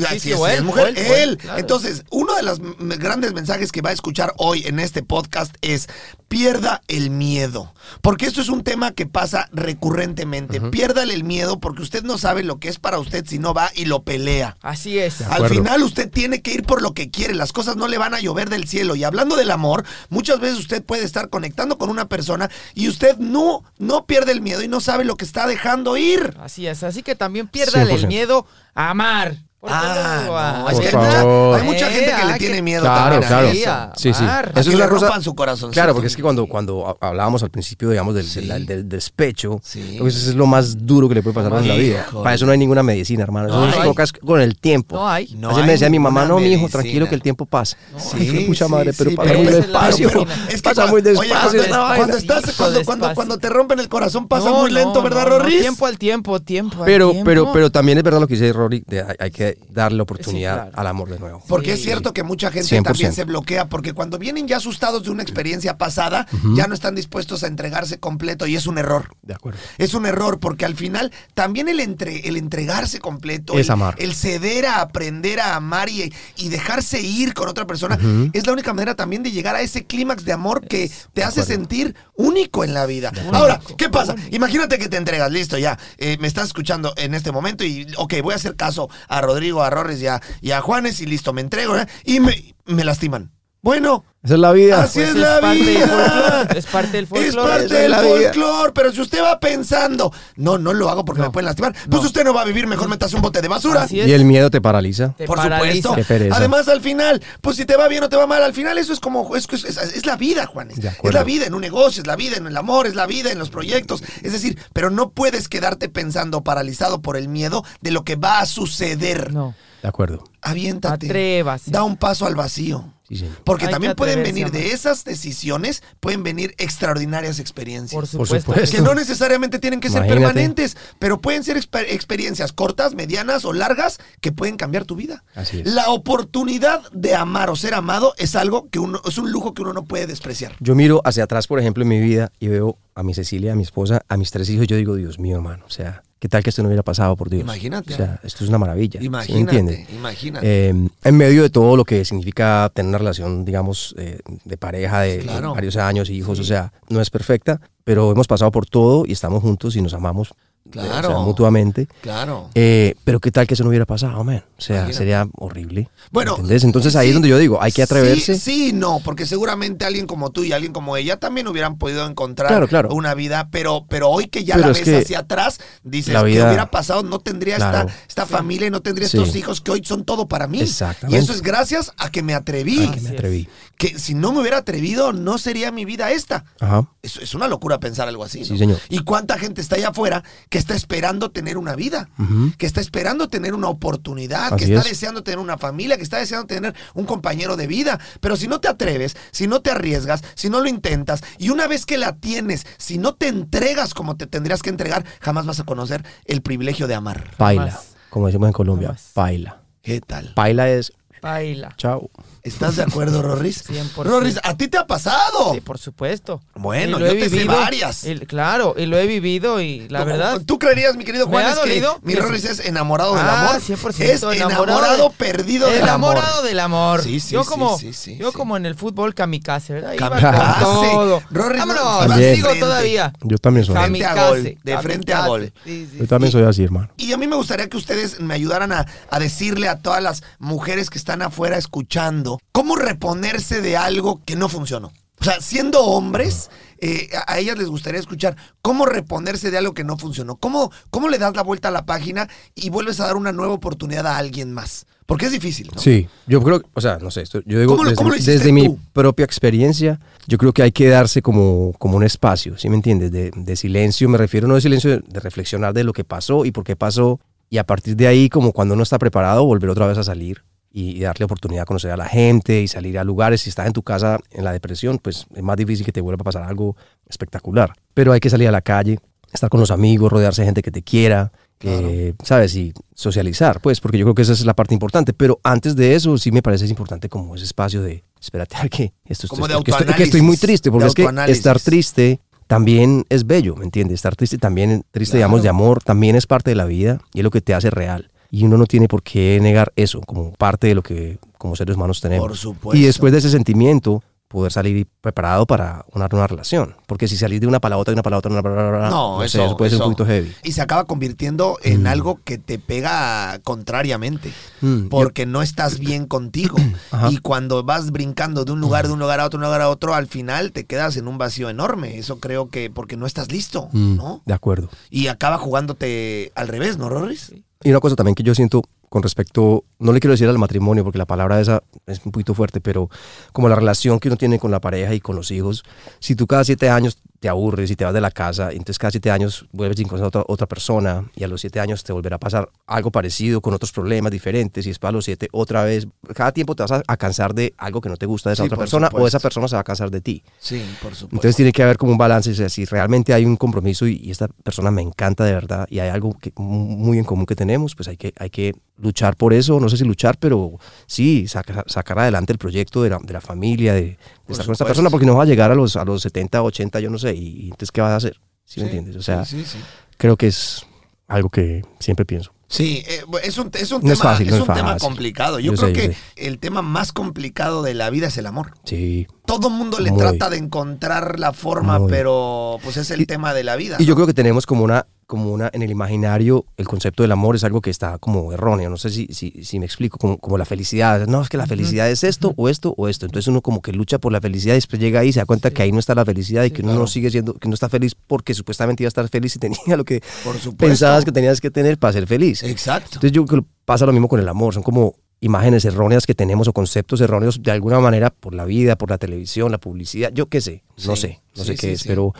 Así
Sí, sí,
es,
o
si
él,
es mujer,
o él, o él,
él.
claro.
Entonces, uno de los m- grandes mensajes que va a escuchar hoy en este podcast es pierda el miedo, porque esto es un tema que pasa recurrentemente. Piérdale el miedo porque usted no sabe lo que es para usted si no va y lo pelea.
Así es.
Al
acuerdo.
final usted tiene que ir por lo que quiere, las cosas no le van a llover del cielo. Y hablando del amor, muchas veces usted puede estar conectando con una persona y usted no, no pierde el miedo y no sabe lo que está dejando ir.
Así es. Así que también piérdale
100%.
el miedo a amar. ¿Por qué
Ah,
no a-
no,
a
es
Por
que hay
querer?
mucha-
favor.
Hay mucha
Eh,
gente que
ah,
le
que-
tiene miedo
Claro,
también. a
claro.
eso.
ella.
Sí, sí.
Amar.
A
Eso
que
es
le
una cosa.
rompan su corazón.
Claro,
Sí,
porque
sí.
es que cuando, cuando ha- hablábamos al principio, digamos, del,
Sí.
del- del despecho,
Sí.
creo que eso es lo más duro que le puede pasar en la vida.
Híjole.
Para eso no hay ninguna medicina, hermano. Eso
No
no se
hay.
toca es con el tiempo.
No hay.
No
Ayer
hay
me decía mi mamá,
ninguna
no, mi hijo,
medicina.
tranquilo que el tiempo pasa.
Sí,
Hijo de pucha
sí,
madre, pero
sí,
pasa
pero
muy
esa es la-
despacio.
pero- pero
es que
pasa
cuando-
muy
oye,
despacio.
cuando,
esta vaina.
cuando
despacio.
estás,
Hijo,
cuando, cuando,
despacio.
cuando te rompen el corazón pasa
No,
muy lento,
no,
¿verdad,
no, no,
Rorris?
Tiempo al tiempo, tiempo al
Pero,
tiempo.
pero, pero también es verdad lo que dice Rory, de hay, hay que darle oportunidad
claro.
al amor de nuevo.
Porque es cierto que mucha gente
100%.
también se bloquea, porque cuando vienen ya asustados de una experiencia pasada, ya no están dispuestos a entregarse completo y es un error.
De acuerdo.
Es un error porque al final también el, entre, el entregarse completo,
Es
el,
amar.
el ceder a aprender a amar y, y dejarse ir con otra persona, es la única manera también de llegar a ese clímax de amor que te hace sentir único en la vida. Ahora, ¿qué pasa? Imagínate que te entregas, listo, ya, eh, me estás escuchando en este momento y, ok, voy a hacer caso a Rodrigo, a Rorres y a, y a Juanes y listo, me entrego ¿eh? y me, me lastiman. Bueno,
Esa es la vida.
Así
Pues
es,
es
la
parte del
vida.
folclore, es parte del
Es
folclore,
parte
esa es
del
la vida.
folclore. Pero si usted va pensando, no, no lo hago porque me pueden lastimar, pues usted no va a vivir. Mejor metas un bote de basura.
Así es.
Y el miedo te paraliza.
Te
Por
paraliza.
supuesto.
Qué pereza.
Además, al final, pues si te va bien o te va mal, al final eso es como, es, es- es- es la vida, Juanes.
De
Es
acuerdo.
la vida en un negocio, es la vida en el amor, es la vida en los proyectos. Es decir, pero no puedes quedarte pensando paralizado por el miedo de lo que va a suceder.
No.
De acuerdo.
Aviéntate.
Atrévase.
Da un paso al vacío.
Sí, señor.
Porque
Hay que
también pueden
atreverse,
venir de
amor.
esas decisiones, pueden venir extraordinarias experiencias.
Por
Por
supuesto.
supuesto.
que no necesariamente tienen que ser
Imagínate.
permanentes, pero pueden ser exper- experiencias cortas, medianas o largas que pueden cambiar tu vida.
Así es.
La oportunidad de amar o ser amado es algo que uno es un lujo que uno no puede despreciar.
Yo miro hacia atrás, por ejemplo, en mi vida y veo a mi Cecilia, a mi esposa, a mis tres hijos. y Yo digo, Dios mío, hermano, o sea, ¿qué tal que esto no hubiera pasado por Dios?
Imagínate.
O sea, esto es una maravilla. ¿sí me
Imagínate,
entiende?
imagínate.
Eh, en medio de todo lo que significa tener una relación, digamos, eh, de pareja de
Claro.
varios años, hijos, o sea, no es perfecta, pero hemos pasado por todo y estamos juntos y nos amamos
Claro.
o sea, mutuamente.
Claro.
Eh, pero qué tal que eso no hubiera pasado, man. O sea,
Imagínate.
sería horrible.
Bueno,
¿entendés? entonces ahí
sí,
es donde yo digo, hay que atreverse.
Sí, sí, no, porque seguramente alguien como tú y alguien como ella también hubieran podido encontrar
Claro, claro.
una vida, pero, pero hoy que ya
Pero
la
es
ves
que
hacia atrás, dices,
la
que
vida-
hubiera pasado? No tendría
Claro.
esta, esta familia y no tendría
Sí.
estos hijos que hoy son todo para mí.
Exactamente.
Y eso es gracias a que me atreví.
Ay, que Ah, me
Así es.
atreví.
Que si no me hubiera atrevido, no sería mi vida esta.
Ajá.
Es, es una locura pensar algo así. ¿no?
Sí, señor.
¿Y cuánta gente está allá afuera que está esperando tener una vida?
Ujú.
Que está esperando tener una oportunidad, que
Así
está
es.
deseando tener una familia, que está deseando tener un compañero de vida. Pero si no te atreves, si no te arriesgas, si no lo intentas, y una vez que la tienes, si no te entregas como te tendrías que entregar, jamás vas a conocer el privilegio de amar.
Paila,
Jamás.
como decimos en Colombia,
Jamás.
paila.
¿Qué tal?
Paila es
Baila.
chao.
¿Estás de acuerdo, Rorris?
100%.
Rorris, a ti te ha pasado.
Sí, por supuesto.
Oh. Bueno,
Y lo
yo
he
te sé
vivido,
varias.
y- claro, y lo he vivido y la verdad.
¿Tú creerías, mi querido
¿Me
Juan,
ha
es que
dolido?
mi
Sí.
Rorris es enamorado del
Ah,
amor?
100%
es enamorado,
enamorado de-
perdido del amor.
enamorado del amor.
Sí, sí,
yo
sí,
como,
sí, sí,
yo
sí.
como en el fútbol kamikaze, ¿verdad? Iba
Kamikaze.
con todo.
Rory,
Vámonos,
no,
sigo
frente.
todavía.
Yo también soy así.
Frente a gol, de frente a gol.
Sí, sí.
Yo también soy así, hermano.
Y a mí me gustaría que ustedes me ayudaran a, a decirle a todas las mujeres que están afuera escuchando cómo reponerse de algo que no funcionó. O sea, siendo hombres, eh, a a ellas les gustaría escuchar cómo reponerse de algo que no funcionó. Cómo, ¿Cómo le das la vuelta a la página y vuelves a dar una nueva oportunidad a alguien más? Porque es difícil, ¿no?
Sí, yo creo, o sea, no sé, esto- yo digo
¿Cómo lo-
desde,
cómo lo hiciste
desde mi
tú?
propia experiencia, yo creo que hay que darse como, como un espacio, ¿sí me entiendes? De, de silencio, me refiero no de silencio, de, de reflexionar de lo que pasó y por qué pasó, y a partir de ahí, como cuando uno está preparado, volver otra vez a salir y, y darle oportunidad a conocer a la gente y salir a lugares. Si estás en tu casa en la depresión, pues es más difícil que te vuelva a pasar algo espectacular, pero hay que salir a la calle, estar con los amigos, rodearse de gente que te quiera, eh, ¿sabes? Y socializar, pues, porque yo creo que esa es la parte importante. Pero antes de eso, sí me parece importante como ese espacio de, espérate, a que esto
Como
esto-
de
que estoy, que estoy muy
autoanálisis,
triste, porque
de
es que
autoanálisis.
estar triste también es bello, ¿me entiendes? Estar triste también, triste, digamos, de amor, también es parte de la vida y es lo que te hace real. Y uno no tiene por qué negar eso como parte de lo que como seres humanos tenemos.
Por supuesto.
Y después de ese sentimiento, poder salir preparado para una nueva relación. Porque si salís de una para la otra, de una para la otra, de una para la otra,
No,
sé,
eso,
puede ser
eso.
un poquito heavy.
Y se acaba convirtiendo en algo que te pega contrariamente.
Mm,
Porque no estás bien contigo.
Ajá.
Y cuando vas brincando de un lugar, de un lugar a otro, de un lugar a otro, al final te quedas en un vacío enorme. Eso creo que porque no estás listo,
Mm,
¿no?
De acuerdo.
Y acaba jugándote al revés, ¿no, Rorris?
Y una cosa también que yo siento con respecto, no le quiero decir al matrimonio porque la palabra esa es un poquito fuerte, pero como la relación que uno tiene con la pareja y con los hijos, si tú cada siete años te aburres y te vas de la casa, entonces cada siete años vuelves y encuentras a otra, otra persona y a los siete años te volverá a pasar algo parecido con otros problemas diferentes y es para los siete otra vez. Cada tiempo te vas a, a cansar de algo que no te gusta de esa
Sí,
otra
por
persona o
supuesto.
esa persona se va a cansar de ti.
Sí, por supuesto.
Entonces tiene que haber como un balance, o sea, si realmente hay un compromiso y, y esta persona me encanta de verdad y hay algo que, muy en común que tenemos, pues hay que, hay que luchar por eso, no sé si luchar, pero sí, saca- sacar adelante el proyecto de la, de la familia, de, de
Por
estar con esta
supuesto.
persona, porque no va a llegar a los, a los 70, 80, yo no sé, y, y entonces ¿qué vas a hacer? ¿Sí, me entiendes? O sea,
sí, sí, sí.
creo que es algo que siempre pienso.
Sí, eh, bu- es un, es un tema,
No es fácil,
es
no
un
es fácil.
tema complicado. Yo,
Yo
creo
sé, yo
que
sé.
el tema más complicado de la vida es el amor.
Sí.
Todo mundo le
Muy.
trata de encontrar la forma,
Muy.
pero pues es el
Y-
tema de la vida.
Y
¿no?
yo creo que tenemos como una, como una, en el imaginario, el concepto del amor es algo que está como erróneo. No sé si, si, si me explico, como, como la felicidad. No, es que la felicidad es esto o esto o esto. Entonces uno como que lucha por la felicidad y después llega ahí y se da cuenta que ahí no está la felicidad y que uno no sigue siendo, que no está feliz porque supuestamente iba a estar feliz y tenía lo que
Por supuesto.
pensabas que tenías que tener para ser feliz.
Exacto.
Entonces yo creo que pasa lo mismo con el amor, son como imágenes erróneas que tenemos o conceptos erróneos de alguna manera por la vida, por la televisión, la publicidad, yo qué sé, no
Sí,
sé, no
sí,
sé qué
sí,
es,
sí.
pero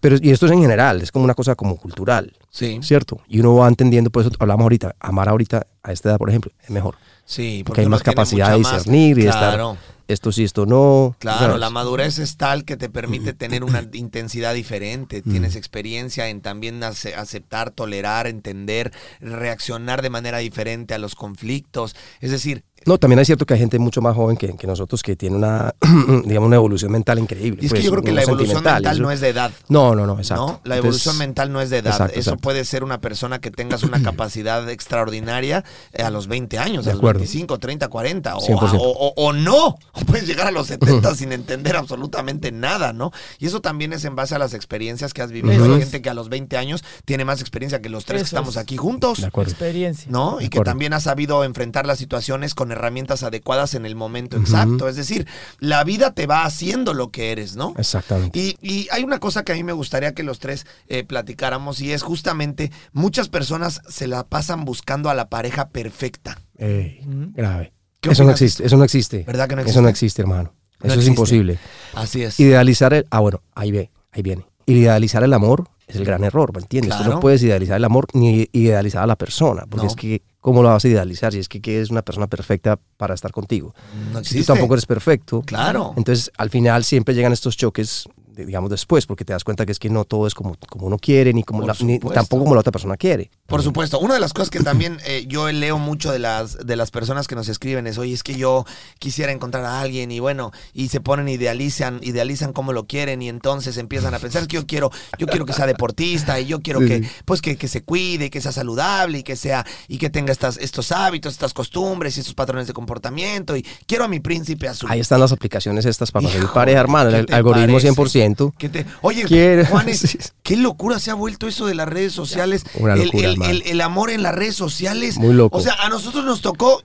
pero y esto es en general, es como una cosa como cultural,
Sí,
¿cierto? Y uno va entendiendo, por eso hablamos ahorita, amar ahorita a esta edad, por ejemplo, es mejor,
sí.
porque hay
uno
más
tiene
capacidad de
mucha más-
discernir y de
Claro.
estar esto sí, esto no.
Claro,
¿sabes?
la madurez es tal que te permite tener una intensidad diferente. Tienes experiencia en también ace- aceptar, tolerar, entender, reaccionar de manera diferente a los conflictos. Es decir,
No, también es cierto que hay gente mucho más joven que, que nosotros que tiene una, digamos, una evolución mental increíble.
Y es
pues,
que yo creo que
uno
la evolución
sentimental,
mental
eso-
no es de edad.
No, no, no, exacto.
¿no? La
Entonces,
evolución mental no es de edad.
exacto,
Eso
exacto.
puede ser una persona que tengas una capacidad extraordinaria eh, a los 20 años,
De
a los
acuerdo.
25, 30, 40, o, a-
100%.
o- o- o no. O puedes llegar a los 70 sin entender absolutamente nada, ¿no? Y eso también es en base a las experiencias que has vivido.
Eso
Hay
es.
gente que a los 20 años tiene más experiencia que los tres que
Eso
estamos
es.
aquí juntos.
De acuerdo.
Experiencia.
¿no?
De
Y que
acuerdo.
también ha sabido enfrentar las situaciones con herramientas adecuadas en el momento exacto. Es decir, la vida te va haciendo lo que eres, ¿no?
Exactamente.
Y, y hay una cosa que a mí me gustaría que los tres eh, platicáramos y es justamente muchas personas se la pasan buscando a la pareja perfecta.
Ey, grave.
¿Qué
Eso no
opinas?
existe, eso no existe.
¿Verdad que no
Eso no
existe?
existe, hermano.
No
eso es
existe.
imposible.
Así es.
Idealizar el... Ah, bueno, ahí ve, ahí viene. Idealizar el amor es el gran error, ¿me entiendes? Tú
Claro.
no puedes idealizar el amor ni idealizar a la persona, porque
No.
es que, ¿cómo la vas a idealizar si es que eres una persona perfecta para estar contigo?
no
Si
existe.
tú tampoco eres perfecto,
Claro.
entonces, al final siempre llegan estos choques, de- digamos, después, porque te das cuenta que es que no todo es como, como uno quiere, ni, como
Por
la- ni
supuesto.
tampoco como la otra persona quiere.
Por supuesto, una de las cosas que también eh, yo leo mucho de las, de las personas que nos escriben es, oye, es que yo quisiera encontrar a alguien y bueno, y se ponen, idealizan, idealizan cómo lo quieren y entonces empiezan a pensar "Es que yo quiero, yo quiero que sea deportista y yo quiero que, pues que, que se cuide, y que sea saludable y que sea, y que tenga estas, estos hábitos, estas costumbres y estos patrones de comportamiento y quiero a mi príncipe azul.
Ahí están las aplicaciones estas para conseguir
Híjole,
pareja, hermano,
¿qué
el
te
algoritmo
parece?
100%.
Que te- oye,
Quiero-
Juanes,
Sí.
qué locura se ha vuelto eso de las redes sociales.
Una
El-
locura,
el,
man.
el- el amor en las redes sociales.
Muy loco.
O sea, a nosotros nos tocó.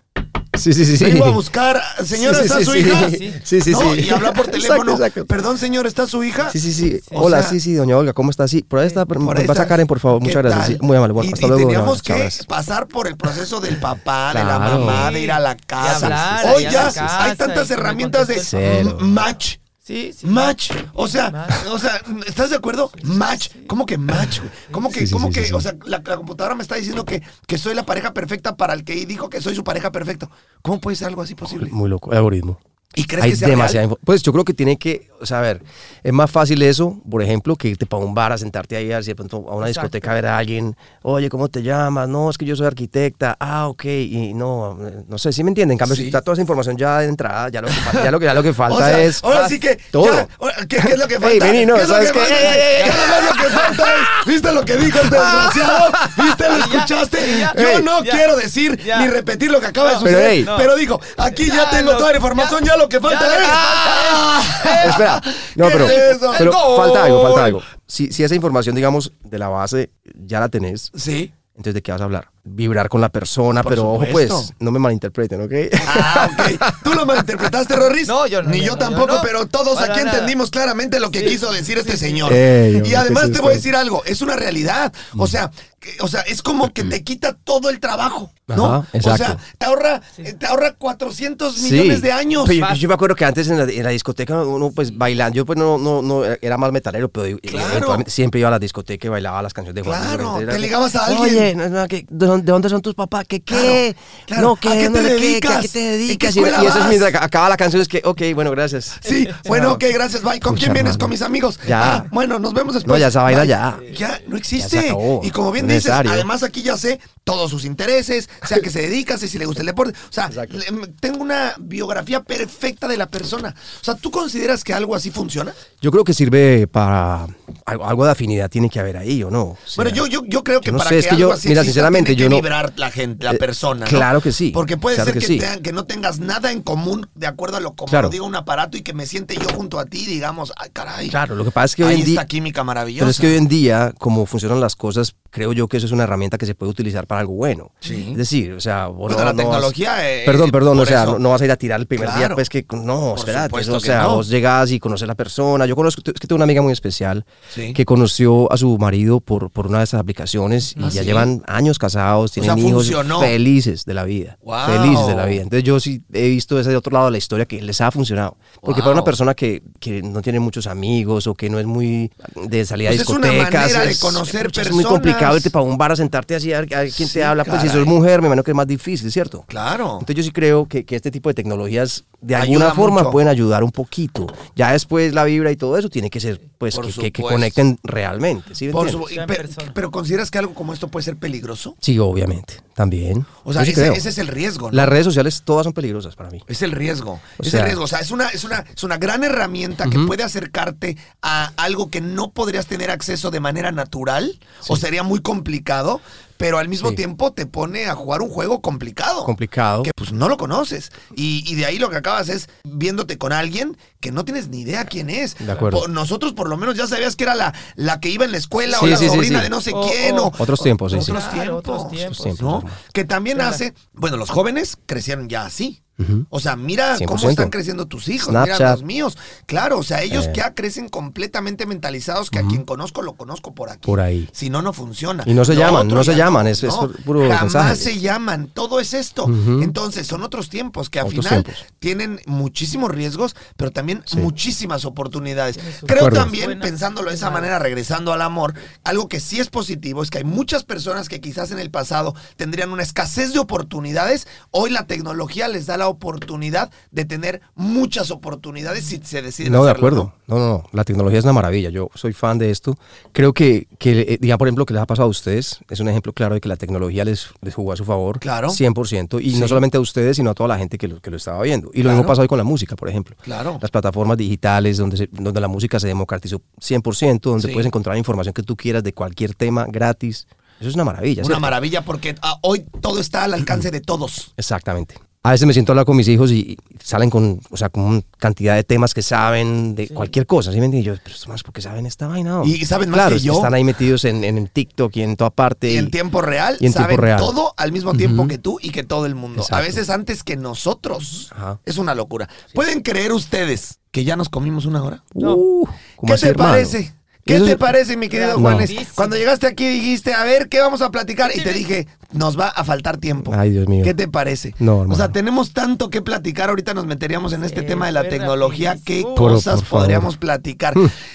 Sí, sí, sí. sí.
Vengo a buscar. Señora,
Sí, sí,
¿está
sí,
su
sí.
hija?
Sí, sí, sí,
No,
sí.
Y habla por
Exacto,
teléfono.
exacto.
Perdón, señor, ¿está su hija?
Sí, sí, sí.
O
Hola,
sea, eh,
sí, sí, doña Olga, ¿cómo está? Sí, por ahí está, por-
Por
me
ahí
pasa
está.
Karen, por favor,
¿Qué
muchas gracias.
tal?
sí, muy amable. Bueno,
y,
hasta
y
luego. doña
teníamos
Olga,
que
cabras.
pasar por el proceso del papá, de la
Claro.
mamá, de ir a la casa.
hablar,
Hoy
ir a
ya
la casa,
hay
y
tantas
que me
herramientas de
contestó
el papá.
m- match.
Sí, sí.
Match, o sea,
Match.
o sea, ¿estás de acuerdo? Match, ¿cómo que match? güey? ¿Cómo que,
Sí, sí,
cómo
sí,
que,
sí, sí.
o sea, la, la computadora me está diciendo que, que soy la pareja perfecta para el que dijo que soy su pareja perfecta? ¿Cómo puede ser algo así posible?
Muy loco, el algoritmo.
¿Y crees
Hay
que sea
demasiada
real?
info- Pues yo creo que tiene que, o sea, a ver, es más fácil eso, por ejemplo, que irte para un bar a sentarte ahí, a, ver si de pronto a una discoteca a ver a alguien. Oye, ¿cómo te llamas? No, es que yo soy arquitecta. Ah, ok. Y no, eh, no sé, ¿sí me entienden? En cambio,
Sí.
si está toda esa información ya de entrada, ya lo que, fa- ya lo que, ya lo que falta
O sea,
es.
ahora sí que,
Todo.
ya, ahora, ¿qué, qué es lo que
Ey,
falta?
vení, no,
¿Qué es lo
¿sabes
que
qué?
falta?
Ey, ey, ey.
Ya nada más lo que falta es, ¿viste lo que dijo el desgraciado? ¿Viste? ¿Lo escuchaste?
Y ya,
Yo
ey,
no
ya,
quiero decir
ya.
ni repetir lo que acaba de
No,
suceder,
pero,
pero,
ey.
dijo, aquí ya,
Ya,
tengo
lo-
toda la información, ya,
ya,
lo que falta
ya lo
es...
que
¡Ah!
Espera, no,
¿Qué
pero,
es eso?
pero
¡Gol!
falta algo, falta algo. Si, si esa información, digamos, de la base ya la tenés,
Sí.
entonces ¿de qué vas a hablar? Vibrar con la persona,
Por
pero
supuesto.
ojo, pues, no me malinterpreten, ¿ok?
Ah, ok. Tú lo malinterpretaste, Rorris.
No, yo no,
Ni
yo
yo
no,
tampoco,
yo no.
pero todos
Para
aquí
nada.
entendimos claramente lo que quiso decir este señor.
Ey, hombre,
y además
qué
te voy a
susto.
decir algo, es una realidad. O
Mm.
sea, que- o sea, es como que te quita todo el trabajo, ¿no?
Ajá,
o
exacto.
sea, te ahorra, eh, te ahorra 400 millones de años.
Pero yo, yo me acuerdo que antes en la, en la discoteca uno pues bailando, yo pues no, no, no era más metalero, pero eh,
Claro.
eventualmente siempre iba a la discoteca y bailaba las canciones de Juan. Luis
Claro,
Guerra. Era
te
que,
ligabas a alguien.
Oye, no, no, que, ¿de dónde- de dónde son tus papás? ¿Qué qué?
Claro, claro.
No, que,
¿A qué
no
te
sé que ¿A
dedicas?
qué te
¿En qué
dedicas? Y,
escuela
y eso es
vas?
mientras ac- acaba la canción, es que, ok, bueno, gracias.
Sí, bueno, ok, gracias, bye. ¿Con quién
Pucha,
vienes?
mano.
Con mis amigos.
Ya.
Ah, bueno, nos vemos después.
No, ya esa vaina
Bye.
ya.
Eh, Ya, no existe.
Ya se acabó.
Y como bien
No es
dices,
necesario.
además aquí ya sé todos sus intereses, sea que se dedica, sé si le gusta el deporte. O sea, le- tengo una biografía perfecta de la persona. O sea, ¿tú consideras que algo así funciona?
Yo creo que sirve para algo, algo de afinidad tiene que haber ahí, ¿o no? O sea,
Bueno, yo, yo, yo creo que
yo no
para
sé,
que,
es que
algo
yo-
así
mira,
exista,
sinceramente,
tiene
yo
que
no-
vibrar la gente, la
Eh,
persona. ¿no?
claro que sí,
Porque puede
claro
ser que,
que sí.
tengan- que no tengas nada en común de acuerdo a lo como
Claro.
lo diga un aparato y que me siente yo junto a ti, digamos, ay, caray.
Claro, lo que pasa es que hoy
Ahí
en día...
está química maravillosa.
Pero es que hoy en día, como funcionan las cosas, creo yo que eso es una herramienta que se puede utilizar para algo bueno.
Sí.
Es decir, o sea, vos
Bueno, la
vas-
tecnología, eh,
perdón, perdón,
por
o sea,
eso.
no, no vas a ir a tirar el primer
Claro.
día, pues que no,
Por
espérate,
supuesto
o
que
sea,
no.
vos llegas y conoces a la persona. Yo conozco, es que tengo una amiga muy especial
Sí.
que conoció a su marido por, por una de esas aplicaciones y
Ah,
ya
sí.
llevan años casados, tienen
sea,
hijos
funcionó.
felices de la vida,
Wow.
felices de la vida. Entonces yo sí he visto ese otro lado de la historia que les ha funcionado, porque para
Wow.
una persona que, que no tiene muchos amigos o que no es muy de salir a
Pues es una
discotecas,
manera de conocer
es muy
personas.
complicado irte para un bar a sentarte así a ver, a ver quién
Sí,
te habla. Pues si
caray.
sos mujer, me imagino que es más difícil, ¿cierto?
Claro.
Entonces yo sí creo que, que este tipo de tecnologías de
Ayuda
alguna forma
mucho.
pueden ayudar un poquito. Ya después la vibra y todo eso tiene que ser, pues,
Por
que, que- que
supuesto.
conecten realmente. ¿sí me
Por
entiendes?
su- y pe-
persona.
pero ¿consideras que algo como esto puede ser peligroso?
Sí, Sí, obviamente, también.
O sea,
Yo sí
ese,
creo.
ese es el riesgo, ¿no?
Las redes sociales todas son peligrosas para mí.
Es el riesgo.
O
es
sea-
el riesgo. O sea, es una, es una, es una gran herramienta que puede acercarte a algo que no podrías tener acceso de manera natural o sería muy complicado, pero al mismo
Sí.
tiempo te pone a jugar un juego complicado.
Complicado.
que pues no lo conoces. Y, y de ahí lo que acabas es viéndote con alguien que no tienes ni idea quién es.
De acuerdo.
Por- nosotros por lo menos ya sabías que era la, la que iba en la escuela o
Sí,
la
sí, sí,
sobrina
sí.
de no sé
O-
quién.
o-
O,
Otros tiempos, sí, sí.
otros tiempos.
Claro, otros tiempos.
tiempos.
¿no?
normal.
Que también
Claro.
hace, bueno, los jóvenes crecieron ya así. O sea, mira cómo
100%.
están creciendo tus hijos, mira
Snapchat.
los míos. Claro, o sea, ellos
Eh.
ya crecen completamente mentalizados que a quien conozco lo conozco por aquí.
Por ahí.
Si no, no funciona.
Y no se
Lo
llaman,
otro
no se
ya
llaman, es- es puro
Jamás
mensaje.
se llaman, todo es esto.
Ujú.
Entonces, son otros tiempos que al
Otros
final
tiempos.
tienen muchísimos riesgos, pero también muchísimas oportunidades.
sus
Creo
Acuerdo.
también,
Buenas,
pensándolo de esa
malas.
manera, regresando al amor, algo que sí es positivo es que hay muchas personas que quizás en el pasado tendrían una escasez de oportunidades, hoy la tecnología les da la oportunidad de tener muchas oportunidades si se deciden
No, de
hacerlo,
acuerdo. No, no, no. La tecnología es una maravilla. Yo soy fan de esto. Creo que, que eh, diga, por ejemplo, que les ha pasado a ustedes, es un ejemplo claro de que la tecnología les, les jugó a su favor.
Claro.
100%. Y
Sí.
no solamente a ustedes, sino a toda la gente que lo, que lo estaba viendo. Y lo
Claro.
mismo pasa hoy con la música, por ejemplo.
Claro.
Las plataformas digitales donde, se- donde la música se democratizó 100%, donde
Sí.
puedes encontrar información que tú quieras de cualquier tema gratis. Eso es una maravilla.
Una
¿cierto?
maravilla porque ah, hoy todo está al alcance de todos.
Exactamente. A veces me siento a hablar con mis hijos y y salen con, o sea, con cantidad de temas que saben de cualquier cosa, ¿sí me entiendes? Y Yo, pero estos más porque saben esta vaina. hombre?".
Y saben más
Claro,
que
es
yo.
Están ahí metidos en, en el TikTok y en toda parte.
Y en
y-
tiempo real
y en
saben
tiempo real.
todo al mismo tiempo
Ujú.
que tú y que todo el mundo. A
Exacto.
veces antes que nosotros.
Ajá.
Es una locura. ¿Pueden creer ustedes que ya nos comimos una hora?
No.
Uh, ¿cómo
¿Qué
así,
te
hermano?
parece? ¿Qué
Eso
te
es-
parece, mi querido
No.
Juanes?
Buenísimo.
Cuando llegaste aquí dijiste, a ver, ¿qué vamos a platicar? Y te dije, nos va a faltar tiempo.
Ay, Dios mío.
¿Qué te parece?
No,
o
hermano.
sea, tenemos tanto que platicar. Ahorita nos meteríamos en este
Sí,
tema de la
fue
tecnología. ¿Qué
rapidísimo.
Por-
cosas
por favor. Mm.
podríamos platicar?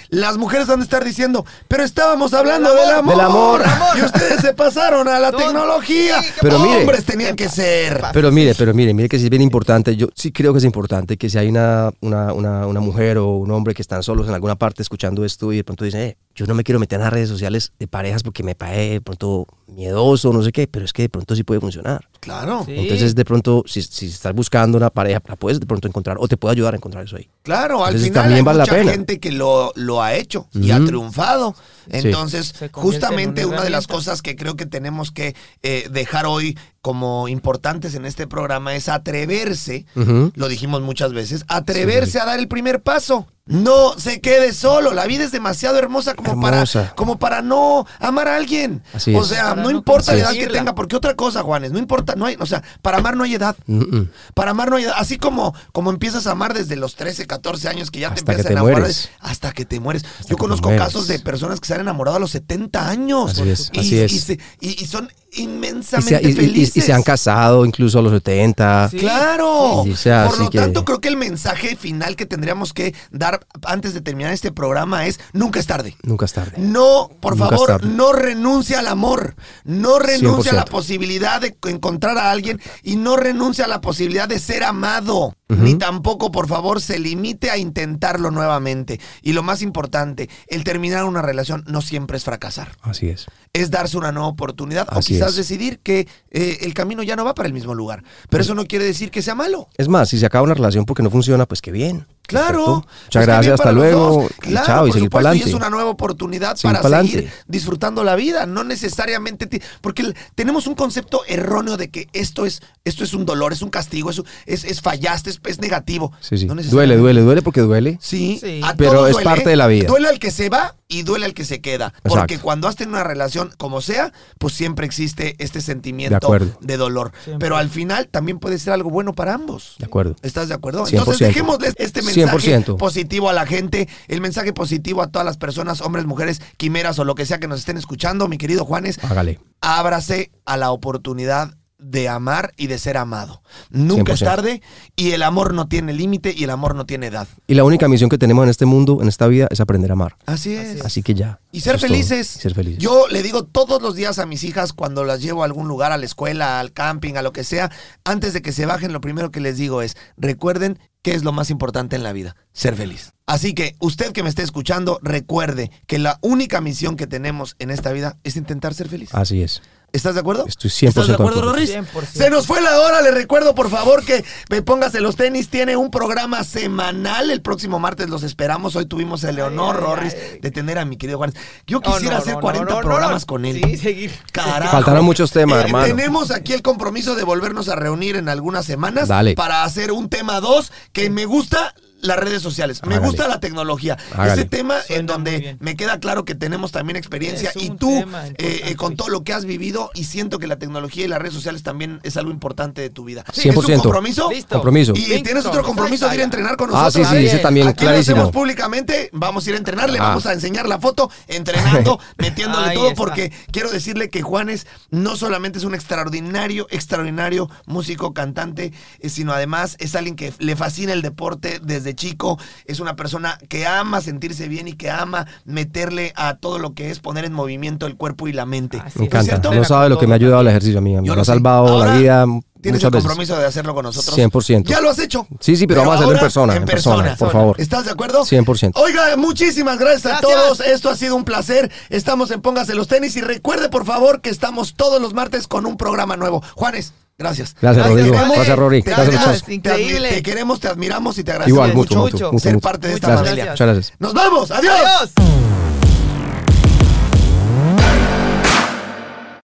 Las mujeres van a estar diciendo, pero estábamos hablando del amor.
Del amor.
Y ustedes se pasaron a la
¿Dónde?
tecnología.
Sí, qué
Pero mire.
Hombres tenían que ser.
Pero mire, pero mire, mire que sí es bien importante. Yo sí creo que es importante que si hay una, una, una, una mujer o un hombre que están solos en alguna parte escuchando esto y de pronto dicen, eh, yo no me quiero meter en las redes sociales de parejas porque me parece de pronto miedoso, no sé qué, pero es que de pronto sí puede funcionar.
Claro,
Sí.
Entonces, de pronto, si, si estás buscando una pareja, la puedes de pronto encontrar o te puede ayudar a encontrar eso ahí.
claro. Al
Entonces,
final
también
hay
vale la
mucha
pena.
gente que lo, lo ha hecho y ha
Ujú.
triunfado. Entonces,
Se convierte
justamente
en
una,
una
de las
herramienta.
cosas que creo que tenemos que eh, dejar hoy como importantes en este programa es atreverse
Ujú.
lo dijimos muchas veces, atreverse a dar el primer paso. No se quede solo, la vida es demasiado hermosa como, Para,
Hermosa.
como para no amar a alguien.
Así
o
es.
sea,
Para
no
no
importa la edad que
consumirla.
tenga, porque otra cosa, Juanes, no importa, no hay, o sea, para amar no hay edad.
Mm-mm.
Para amar no hay edad. Así como, como empiezas a amar desde los 13, 14 años que ya te
Hasta
empiezas
que te
a enamorar,
mueres.
hasta que te mueres. Yo
que
conozco
te mueres.
casos de personas que se han enamorado a los 70 años.
Así es,
y,
así es.
Y, se- y- y son
Y, se,
inmensamente
y- y- y- y
felices.
se han casado incluso a los 70.
Sí.
Claro.
Sí, sí, sí. O sea,
Por
así
lo
que-
tanto, creo que el mensaje final que tendríamos que dar antes de terminar este programa es nunca es tarde.
Nunca es tarde.
No, por
Nunca es
favor,
tarde.
no renuncia al amor, no renuncia a la
100%.
posibilidad de encontrar a alguien y no renuncia a la posibilidad de ser amado, ni tampoco, por favor, se limite a intentarlo nuevamente. Y lo más importante, el terminar una relación no siempre es fracasar
Así es.
es darse una nueva oportunidad o
Así
quizás
es.
decidir que eh, el camino ya no va para el mismo lugar. Pero eso no quiere decir que sea malo.
Es más, si se acaba una relación porque no funciona, pues qué bien.
Claro.
Perfecto.
Pues que
Muchas gracias,
bien
hasta
para los
luego.
dos. Claro,
Chao, y
por
seguir
supuesto,
para
Y es
adelante.
una nueva oportunidad
Seguir
para
pa'lante.
seguir disfrutando la vida. No necesariamente. ti- Porque el- tenemos un concepto erróneo de que esto es, esto es un dolor, es un castigo, es, un- es, es fallaste, es, es negativo.
Sí, sí.
No
duele,
necesariamente.
duele, duele porque duele.
Sí,
Sí.
a
Pero
todos
es
duele,
parte
¿eh?
de la vida.
Duele al que se va y duele al que se queda. Porque
Exacto.
cuando has tenido una relación, como sea, pues siempre existe este sentimiento de,
acuerdo.
dolor.
Siempre.
Pero al final también puede ser algo bueno para ambos.
De acuerdo.
¿Estás de acuerdo?
100%.
Entonces dejémosles este mensaje
100%.
positivo a la gente, el mensaje positivo a todas las personas, hombres, mujeres, quimeras o lo que sea que nos estén escuchando, mi querido Juanes
Hágale.
ábrase a la oportunidad de amar y de ser amado. Nunca es
100%.
tarde y el amor no tiene límite y el amor no tiene edad.
Y la única misión que tenemos en este mundo, en esta vida, es aprender a amar.
Así es.
Así que ya.
Y ser
Eso es todo.
felices.
Y ser felices.
Yo le digo todos los días a mis hijas cuando las llevo a algún lugar, a la escuela, al camping, a lo que sea, antes de que se bajen, lo primero que les digo es, recuerden qué es lo más importante en la vida, ser feliz. Así que usted que me esté
Ah,
escuchando, recuerde que la única misión que tenemos en esta vida es intentar ser feliz.
Así es.
¿Estás de acuerdo?
Estoy 100%
¿Estás de
de
acuerdo,
acuerdo.
Rorris?
100%.
Se nos fue la hora. Les recuerdo, por favor, que me póngase los tenis. Tiene un programa semanal. El próximo martes los esperamos. Hoy tuvimos el honor, Rorris, de tener a mi querido Juan. Yo
No,
quisiera
no,
hacer
no,
40
no, no,
programas
no.
con él.
Sí, seguir.
Carajo. Eh,
Faltaron muchos temas, hermano.
Tenemos aquí el compromiso de volvernos a reunir en algunas semanas
Dale.
para hacer un tema 2 que me gusta las redes sociales, me
Hágale.
gusta la tecnología.
Hágale.
Ese tema en
Suena muy
donde
bien.
me queda claro que tenemos también experiencia
Es
y
un
tú
tema
eh,
importante.
eh, con todo lo que has vivido y siento que la tecnología y las redes sociales también es algo importante de tu vida. ¿Es un
100%.
compromiso?
Listo.
Compromiso.
Y tienes otro compromiso de ir a entrenar con
Ah,
nosotros.
sí, sí, dice también,
Aquí lo
clarísimo.
hacemos públicamente, vamos a ir a entrenar, le
Ah.
vamos a enseñar la foto, entrenando, metiéndole
Ahí
todo,
está.
porque quiero decirle que Juanes no solamente es un extraordinario, extraordinario músico, cantante, eh, sino además es alguien que le fascina el deporte desde chico, es una persona que ama sentirse bien y que ama meterle a todo lo que es poner en movimiento el cuerpo y la mente.
Así
Me
¿No es
encanta.
cierto?
No sabe lo que me ha ayudado el ejercicio a mí.
Yo
Me
lo
ha
sé.
salvado
Ahora
la vida
Tienes
muchas
el
veces.
compromiso de hacerlo con nosotros.
100%.
Ya lo has hecho.
Sí, sí, pero vamos a hacerlo en
ahora
persona, en persona, por favor.
¿Estás de acuerdo?
100%.
Oiga, muchísimas gracias, a
Gracias.
todos. Esto ha sido un placer. Estamos en Póngase los tenis y recuerde, por favor, que estamos todos los martes con un programa nuevo. Juanes, gracias.
Gracias,
Te
Rodrigo.
queremos.
Gracias, Rory.
Te
Gracias,
admiramos,
muchachos.
te admi-
Increíble.
Te queremos, te admiramos y te agradecemos
Igual, mucho,
mucho,
mucho,
mucho
mucho,
ser
mucho.
parte de esta
Gracias,
familia.
Muchas gracias.
Nos vamos. Adiós.
Adiós.